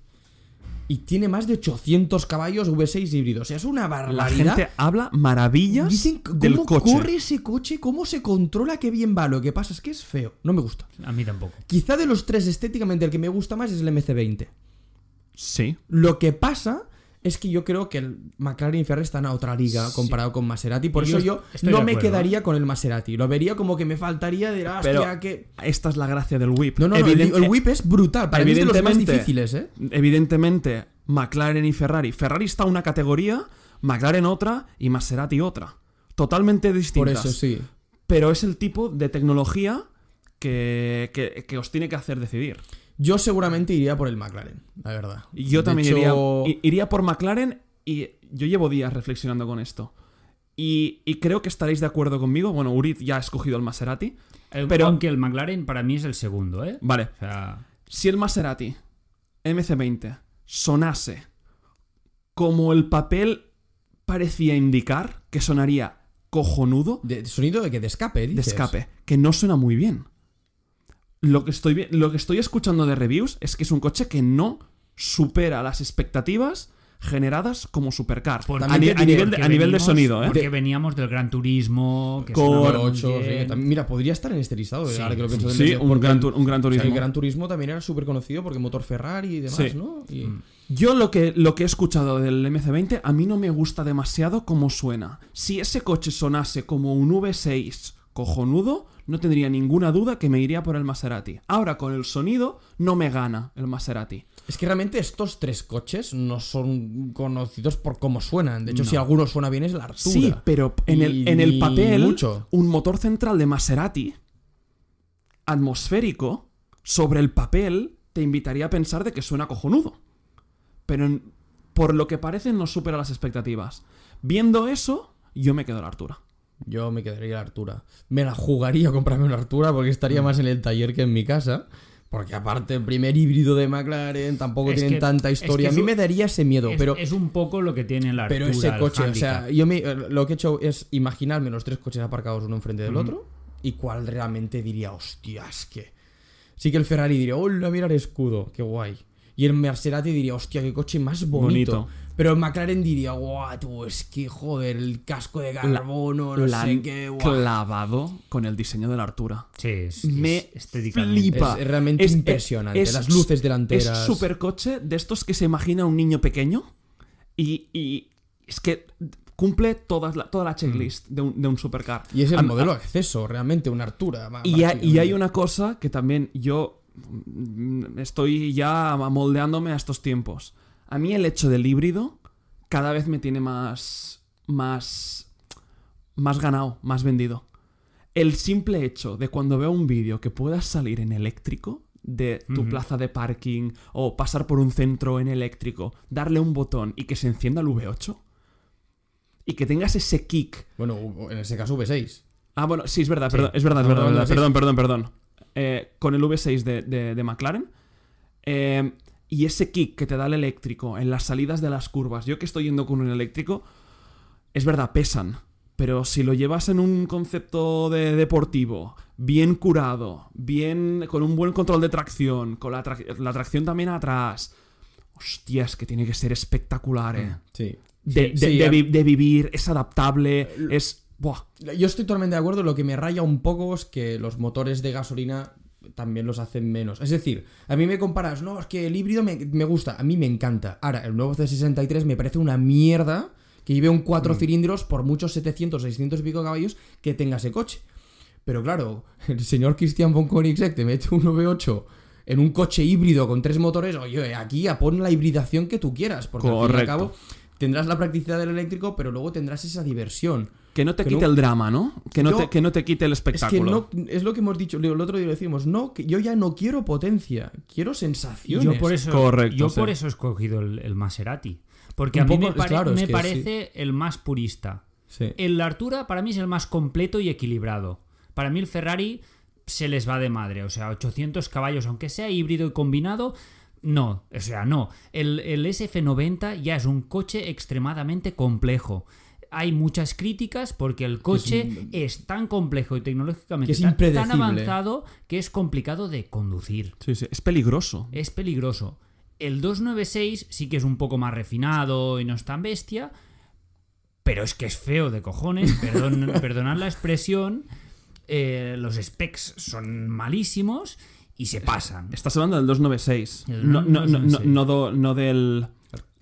Speaker 2: Y tiene más de 800 caballos V6 híbridos. O sea, es una
Speaker 1: La
Speaker 2: barbaridad.
Speaker 1: gente habla maravillas
Speaker 2: Dicen c- cómo
Speaker 1: del coche.
Speaker 2: corre ese coche, cómo se controla, qué bien va. Lo que pasa es que es feo. No me gusta.
Speaker 3: A mí tampoco.
Speaker 2: Quizá de los tres estéticamente el que me gusta más es el MC20.
Speaker 1: Sí.
Speaker 2: Lo que pasa es que yo creo que el McLaren y Ferrari están a otra liga comparado con Maserati. Por
Speaker 3: Y
Speaker 2: eso
Speaker 3: yo
Speaker 2: yo
Speaker 3: estoy
Speaker 2: no
Speaker 3: de
Speaker 2: me
Speaker 3: acuerdo.
Speaker 2: quedaría con el Maserati. Lo vería como que me faltaría de la
Speaker 1: Pero-
Speaker 2: hostia que.
Speaker 1: Esta es la gracia del whip.
Speaker 2: No, no, no, el-
Speaker 1: Eviden-
Speaker 2: el, whip es brutal. Para mí es de los más
Speaker 1: evidentemente-
Speaker 2: difíciles, ¿eh?
Speaker 1: Evidentemente, McLaren y Ferrari. Ferrari está una categoría, McLaren otra y Maserati otra. Totalmente
Speaker 2: Por
Speaker 1: distintas.
Speaker 2: eso sí.
Speaker 1: Pero es el tipo de tecnología que, que- que os tiene que hacer decidir.
Speaker 2: Yo seguramente iría por el McLaren, la verdad.
Speaker 1: Y Yo
Speaker 2: De
Speaker 1: también
Speaker 2: hecho,
Speaker 1: iría, i- iría por McLaren y yo llevo días reflexionando con esto. Y, y creo que estaréis de acuerdo conmigo. Bueno, Urit ya ha escogido el Maserati.
Speaker 3: Eh,
Speaker 1: Pero-
Speaker 3: Aunque el McLaren para mí es el segundo, ¿eh?
Speaker 1: Vale,
Speaker 3: O sea,
Speaker 1: si el Maserati MC20 sonase como el papel parecía indicar, que sonaría cojonudo,
Speaker 2: de- sonido de que de escape,
Speaker 1: de
Speaker 2: dices.
Speaker 1: escape, que no suena muy bien. Lo que, estoy, vi- lo que estoy escuchando de reviews es que es un coche que no supera las expectativas generadas como supercar.
Speaker 3: Porque
Speaker 1: A, ni- a
Speaker 2: te diré
Speaker 1: nivel, de,
Speaker 3: porque
Speaker 1: a nivel de
Speaker 3: venimos-
Speaker 1: sonido, ¿eh?
Speaker 3: Porque veníamos del Gran Turismo, que
Speaker 1: Con-
Speaker 3: sonaba
Speaker 2: Número ocho,
Speaker 3: muy
Speaker 2: sí,
Speaker 3: bien.
Speaker 2: que también- mira, podría estar en este listado,
Speaker 3: Sí,
Speaker 2: ahora que lo pienso del
Speaker 1: Sí,
Speaker 2: medio,
Speaker 1: un
Speaker 2: porque
Speaker 1: gran,
Speaker 2: el-
Speaker 1: tur- un gran
Speaker 2: o sea,
Speaker 1: turismo.
Speaker 2: el Gran Turismo también era súper conocido porque motor Ferrari y demás,
Speaker 1: Sí.
Speaker 2: ¿no? Y-
Speaker 3: Mm.
Speaker 1: Yo lo que, lo que he escuchado del MC20 a mí no me gusta demasiado cómo suena. Si ese coche sonase como un V6 cojonudo, no tendría ninguna duda que me iría por el Maserati. Ahora con el sonido no me gana el Maserati.
Speaker 2: Es que realmente estos tres coches no son conocidos por cómo suenan. De hecho, si alguno suena bien es la Artura.
Speaker 1: Sí, pero en el,
Speaker 2: Y
Speaker 1: en el
Speaker 2: ni
Speaker 1: papel,
Speaker 2: mucho.
Speaker 1: un motor central de Maserati, atmosférico, sobre el papel, te invitaría a pensar de que suena cojonudo. Pero en- por lo que parece no supera las expectativas. Viendo eso, yo me quedo a la altura.
Speaker 2: Yo me quedaría la Artura. Me la jugaría a comprarme una Artura porque
Speaker 3: Mm.
Speaker 2: estaría más en el taller que en mi casa. Porque aparte el primer híbrido de McLaren tampoco
Speaker 3: Es
Speaker 2: tienen
Speaker 3: que-
Speaker 2: tanta
Speaker 3: es que
Speaker 2: historia. a
Speaker 3: es
Speaker 2: mí
Speaker 3: un-
Speaker 2: me daría ese miedo,
Speaker 3: Es,
Speaker 2: pero...
Speaker 3: es un poco lo que tiene la
Speaker 2: Pero
Speaker 3: altura,
Speaker 2: ese
Speaker 3: el
Speaker 2: coche, o
Speaker 3: handicap.
Speaker 2: sea, yo me- lo que he hecho es imaginarme los tres coches aparcados uno enfrente del otro y cuál realmente diría, hostia, es que... Sí que el Ferrari diría, hola, mira el escudo, qué guay. Y el Maserati diría, hostia, qué coche más bonito.
Speaker 1: Bonito.
Speaker 2: Pero el McLaren diría, guau, tú, es que joder, el casco de carbono, no
Speaker 1: La
Speaker 2: sé
Speaker 1: han
Speaker 2: qué, guau.
Speaker 1: clavado con el diseño de la altura.
Speaker 3: Sí, es,
Speaker 1: Me
Speaker 3: es estéticamente.
Speaker 1: flipa.
Speaker 2: Es- es realmente impresionante, las luces delanteras.
Speaker 1: e, Es supercoche de estos que se imagina un niño pequeño y, y es que cumple todas la- toda la checklist de, un, de un supercar.
Speaker 2: Mm. Y es el
Speaker 1: Am-
Speaker 2: modelo de acceso, realmente, una Artura. va-
Speaker 1: Y, ha- y hay
Speaker 2: prácticamente.
Speaker 1: una cosa que también yo mm, estoy ya moldeándome a estos tiempos. A mí el hecho del híbrido cada vez me tiene más. más. más ganado, más vendido. El simple hecho de cuando veo un vídeo que puedas salir en eléctrico de tu
Speaker 3: Ujú.
Speaker 1: plaza de parking o pasar por un centro en eléctrico, darle un botón y que se encienda el V8 y que tengas ese kick
Speaker 2: Bueno, en ese caso V6.
Speaker 1: Ah, bueno, sí, es verdad, perdón, es verdad, es
Speaker 2: Estamos
Speaker 1: verdad,
Speaker 2: hablando
Speaker 1: verdad,
Speaker 2: de
Speaker 1: perdón, perdón, perdón. Eh, con el V6 de, de- de McLaren. eh, y ese kick que te da el eléctrico en las salidas de las curvas. Yo que estoy yendo con un eléctrico, es verdad, pesan. Pero si lo llevas en un concepto de deportivo, bien curado, bien con un buen control de tracción, con la, trac- la tracción también atrás. Hostias, que tiene que ser espectacular, eh.
Speaker 2: Sí.
Speaker 1: De, de-
Speaker 2: sí,
Speaker 1: de
Speaker 2: a-
Speaker 1: vi- de vivir, es adaptable, es. Buah.
Speaker 2: Yo estoy totalmente de acuerdo, lo que me raya un poco es que los motores de gasolina también los hacen menos. Es decir, a mí me comparas, no, es que el híbrido me, me gusta, a mí me encanta. Ahora, el nuevo C63 me parece una mierda que lleve un 4 cilindros por muchos 700, 600 y pico caballos que tenga ese coche. Pero claro, el señor Christian von Koenigsegg te mete un V8 en un coche híbrido con tres motores, oye, aquí a pon la hibridación que tú quieras, porque al fin y al
Speaker 1: Correcto.
Speaker 2: cabo tendrás la practicidad del eléctrico, pero luego tendrás esa diversión.
Speaker 1: Que no te
Speaker 2: Que
Speaker 1: quite
Speaker 2: no-
Speaker 1: el drama, ¿no? Que no,
Speaker 2: Yo-
Speaker 1: te, que no te quite el
Speaker 2: Es que
Speaker 1: espectáculo.
Speaker 2: no, es lo que hemos dicho, el otro día lo decimos, no, que yo ya no quiero potencia, quiero sensaciones.
Speaker 3: Yo por eso,
Speaker 1: Correcto,
Speaker 3: yo
Speaker 1: sí.
Speaker 3: por eso he escogido el, el Maserati. Porque
Speaker 2: Un
Speaker 3: a mí
Speaker 2: poco-
Speaker 3: me, pare-
Speaker 2: claro, es
Speaker 3: me
Speaker 2: que
Speaker 3: parece el más purista.
Speaker 2: Sí.
Speaker 3: El Artura para mí es el más completo y equilibrado. Para mí el Ferrari se les va de madre. O sea, 800 caballos, aunque sea híbrido y combinado, no. O sea, no. El, el SF90 ya es un coche extremadamente complejo. hay muchas críticas porque el coche es, tan complejo y tecnológicamente
Speaker 2: que es
Speaker 3: tan- tan
Speaker 2: impredecible.
Speaker 3: avanzado que es complicado de conducir.
Speaker 1: Sí, sí. Es peligroso.
Speaker 3: Es peligroso. El 296 sí que es un poco más refinado y no es tan bestia, pero es que es feo de cojones, perdón, perdonad la expresión, eh, los specs son malísimos y se pasan.
Speaker 1: Estás hablando del 296.
Speaker 3: El
Speaker 1: No, no, no, no,
Speaker 3: 296.
Speaker 1: no do- no del.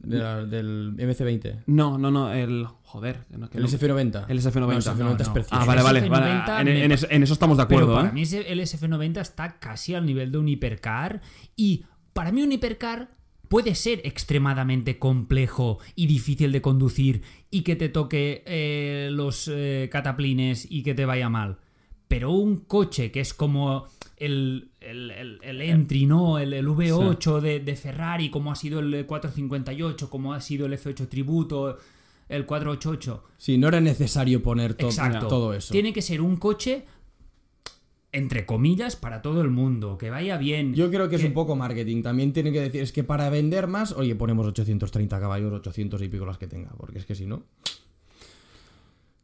Speaker 2: de la- del MC20.
Speaker 1: No, no, no, el. Joder. que no- que
Speaker 2: El
Speaker 1: no-
Speaker 2: SF90.
Speaker 1: el SF90.
Speaker 2: No, el SF90 es
Speaker 3: no.
Speaker 2: precioso.
Speaker 1: Ah, vale, vale.
Speaker 3: SF90
Speaker 1: vale. En,
Speaker 3: me-
Speaker 1: en es- en eso estamos de
Speaker 3: Pero
Speaker 1: acuerdo,
Speaker 3: para
Speaker 1: ¿eh?
Speaker 3: mí ese- el SF90 está casi al nivel de un hipercar y para mí un hipercar puede ser extremadamente complejo y difícil de conducir y que te toque eh, los eh, cataplines y que te vaya mal. Pero un coche que es como el, el, el- el entry, ¿no? El, el V8 de, de Ferrari, como ha sido el 458, como ha sido el F8 Tributo, el 488.
Speaker 2: Sí, no era necesario poner to-
Speaker 3: Exacto.
Speaker 2: todo eso.
Speaker 3: Tiene que ser un coche, entre comillas, para todo el mundo, que vaya bien.
Speaker 2: Yo creo que es un poco marketing. También tiene que decir, es que para vender más, oye, ponemos 830 caballos, 800 y pico las que tenga, porque es que si no.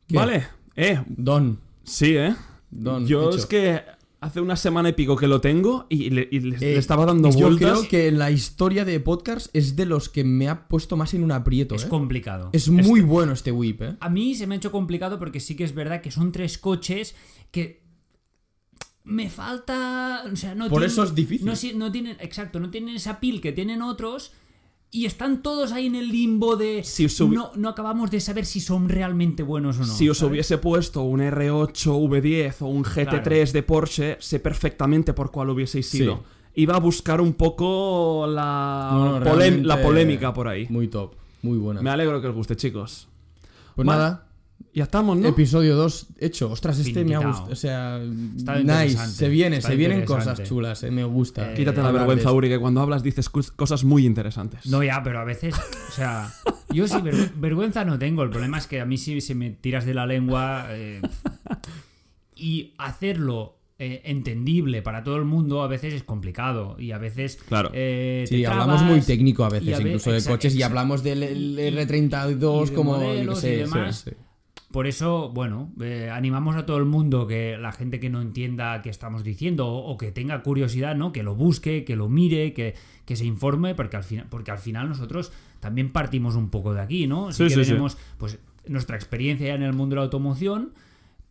Speaker 2: ¿Qué?
Speaker 1: Vale. Eh,
Speaker 2: Don.
Speaker 1: sí, ¿eh?
Speaker 2: Don,
Speaker 1: Yo
Speaker 2: dicho.
Speaker 1: es que hace una semana y pico que lo tengo y le, y le-
Speaker 2: eh,
Speaker 1: le estaba dando
Speaker 2: yo
Speaker 1: vueltas.
Speaker 2: creo que la historia de podcast es de los que me ha puesto más en un aprieto.
Speaker 3: Es
Speaker 2: ¿eh?
Speaker 3: complicado.
Speaker 2: Es muy bueno este whip, ¿eh?
Speaker 3: A mí se me ha hecho complicado porque sí que es verdad que son tres coches que me falta, o sea, no
Speaker 2: Por
Speaker 3: tienen-
Speaker 2: eso es difícil.
Speaker 3: No, si- no tienen, exacto, no tienen esa pil que tienen otros y están todos ahí en el limbo de
Speaker 1: Si subi-
Speaker 3: no, no acabamos de saber si son realmente buenos o no.
Speaker 1: si os
Speaker 3: ¿sabes?
Speaker 1: hubiese puesto un R8 V10 o un GT3 de Porsche, sé perfectamente por cuál hubieseis
Speaker 2: Sí.
Speaker 1: sido. Iba a buscar un poco la,
Speaker 2: No, no,
Speaker 1: polem-
Speaker 2: realmente,
Speaker 1: la polémica por ahí.
Speaker 2: Muy top, muy buena.
Speaker 1: Me alegro que os guste, chicos.
Speaker 2: Pues
Speaker 1: Vale.
Speaker 2: nada,
Speaker 1: Ya estamos, ¿no?
Speaker 2: episodio 2 hecho. Ostras, este me ha
Speaker 3: Finiquitao.
Speaker 2: gustado. O sea,
Speaker 3: Está
Speaker 2: nice.
Speaker 3: interesante,
Speaker 2: Se viene,
Speaker 3: está
Speaker 2: se vienen
Speaker 3: interesante.
Speaker 2: cosas chulas, eh, me gusta.
Speaker 3: Eh,
Speaker 1: Quítate la
Speaker 2: hablar de
Speaker 1: vergüenza,
Speaker 2: esto.
Speaker 1: Uri, que cuando hablas dices cos- cosas muy interesantes.
Speaker 3: No, ya, pero a veces, o sea, yo sí, ver- vergüenza no tengo. El problema es que a mí sí se me tiras de la lengua eh, y hacerlo eh, entendible para todo el mundo a veces es complicado y a veces.
Speaker 1: Claro.
Speaker 3: eh, te
Speaker 2: Sí, hablamos
Speaker 3: trabas
Speaker 2: muy técnico a
Speaker 3: y
Speaker 2: veces,
Speaker 3: ve-
Speaker 2: incluso de
Speaker 3: exa-
Speaker 2: coches, y
Speaker 3: exa-
Speaker 2: hablamos del el
Speaker 3: y
Speaker 2: R32
Speaker 3: de
Speaker 2: como... yo qué
Speaker 3: modelos y
Speaker 2: sé,
Speaker 3: demás.
Speaker 2: sí, sí.
Speaker 3: Por eso, bueno, eh, animamos a todo el mundo que la gente que no entienda qué estamos diciendo o, o que tenga curiosidad, ¿no? Que lo busque, que lo mire, que, que se informe, porque al, final, porque al final nosotros también partimos un poco de aquí, ¿no?
Speaker 1: Sí,
Speaker 3: que
Speaker 1: sí, sí.
Speaker 3: tenemos pues, nuestra experiencia ya en el mundo de la automoción,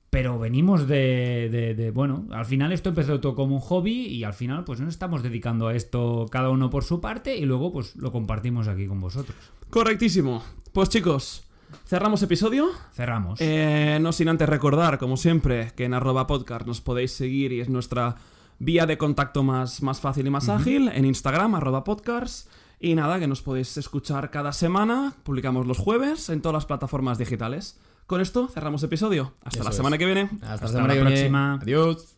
Speaker 3: pero venimos de, de- de, bueno, al final esto empezó todo como un hobby y al final pues nos estamos dedicando a esto cada uno por su parte y luego pues lo compartimos aquí con vosotros.
Speaker 1: Correctísimo. Pues chicos, cerramos episodio.
Speaker 3: Cerramos.
Speaker 1: Eh, no sin antes recordar, como siempre, que en arroba podcast nos podéis seguir y es nuestra vía de contacto más, más fácil y más ágil. En Instagram, arroba podcast. Y nada, que nos podéis escuchar cada semana. Publicamos los jueves en todas las plataformas digitales. Con esto cerramos episodio. Hasta
Speaker 2: Eso
Speaker 1: la
Speaker 2: es.
Speaker 1: semana que viene.
Speaker 2: Hasta,
Speaker 3: Hasta
Speaker 2: la semana
Speaker 3: la
Speaker 2: que viene.
Speaker 3: próxima.
Speaker 2: Adiós.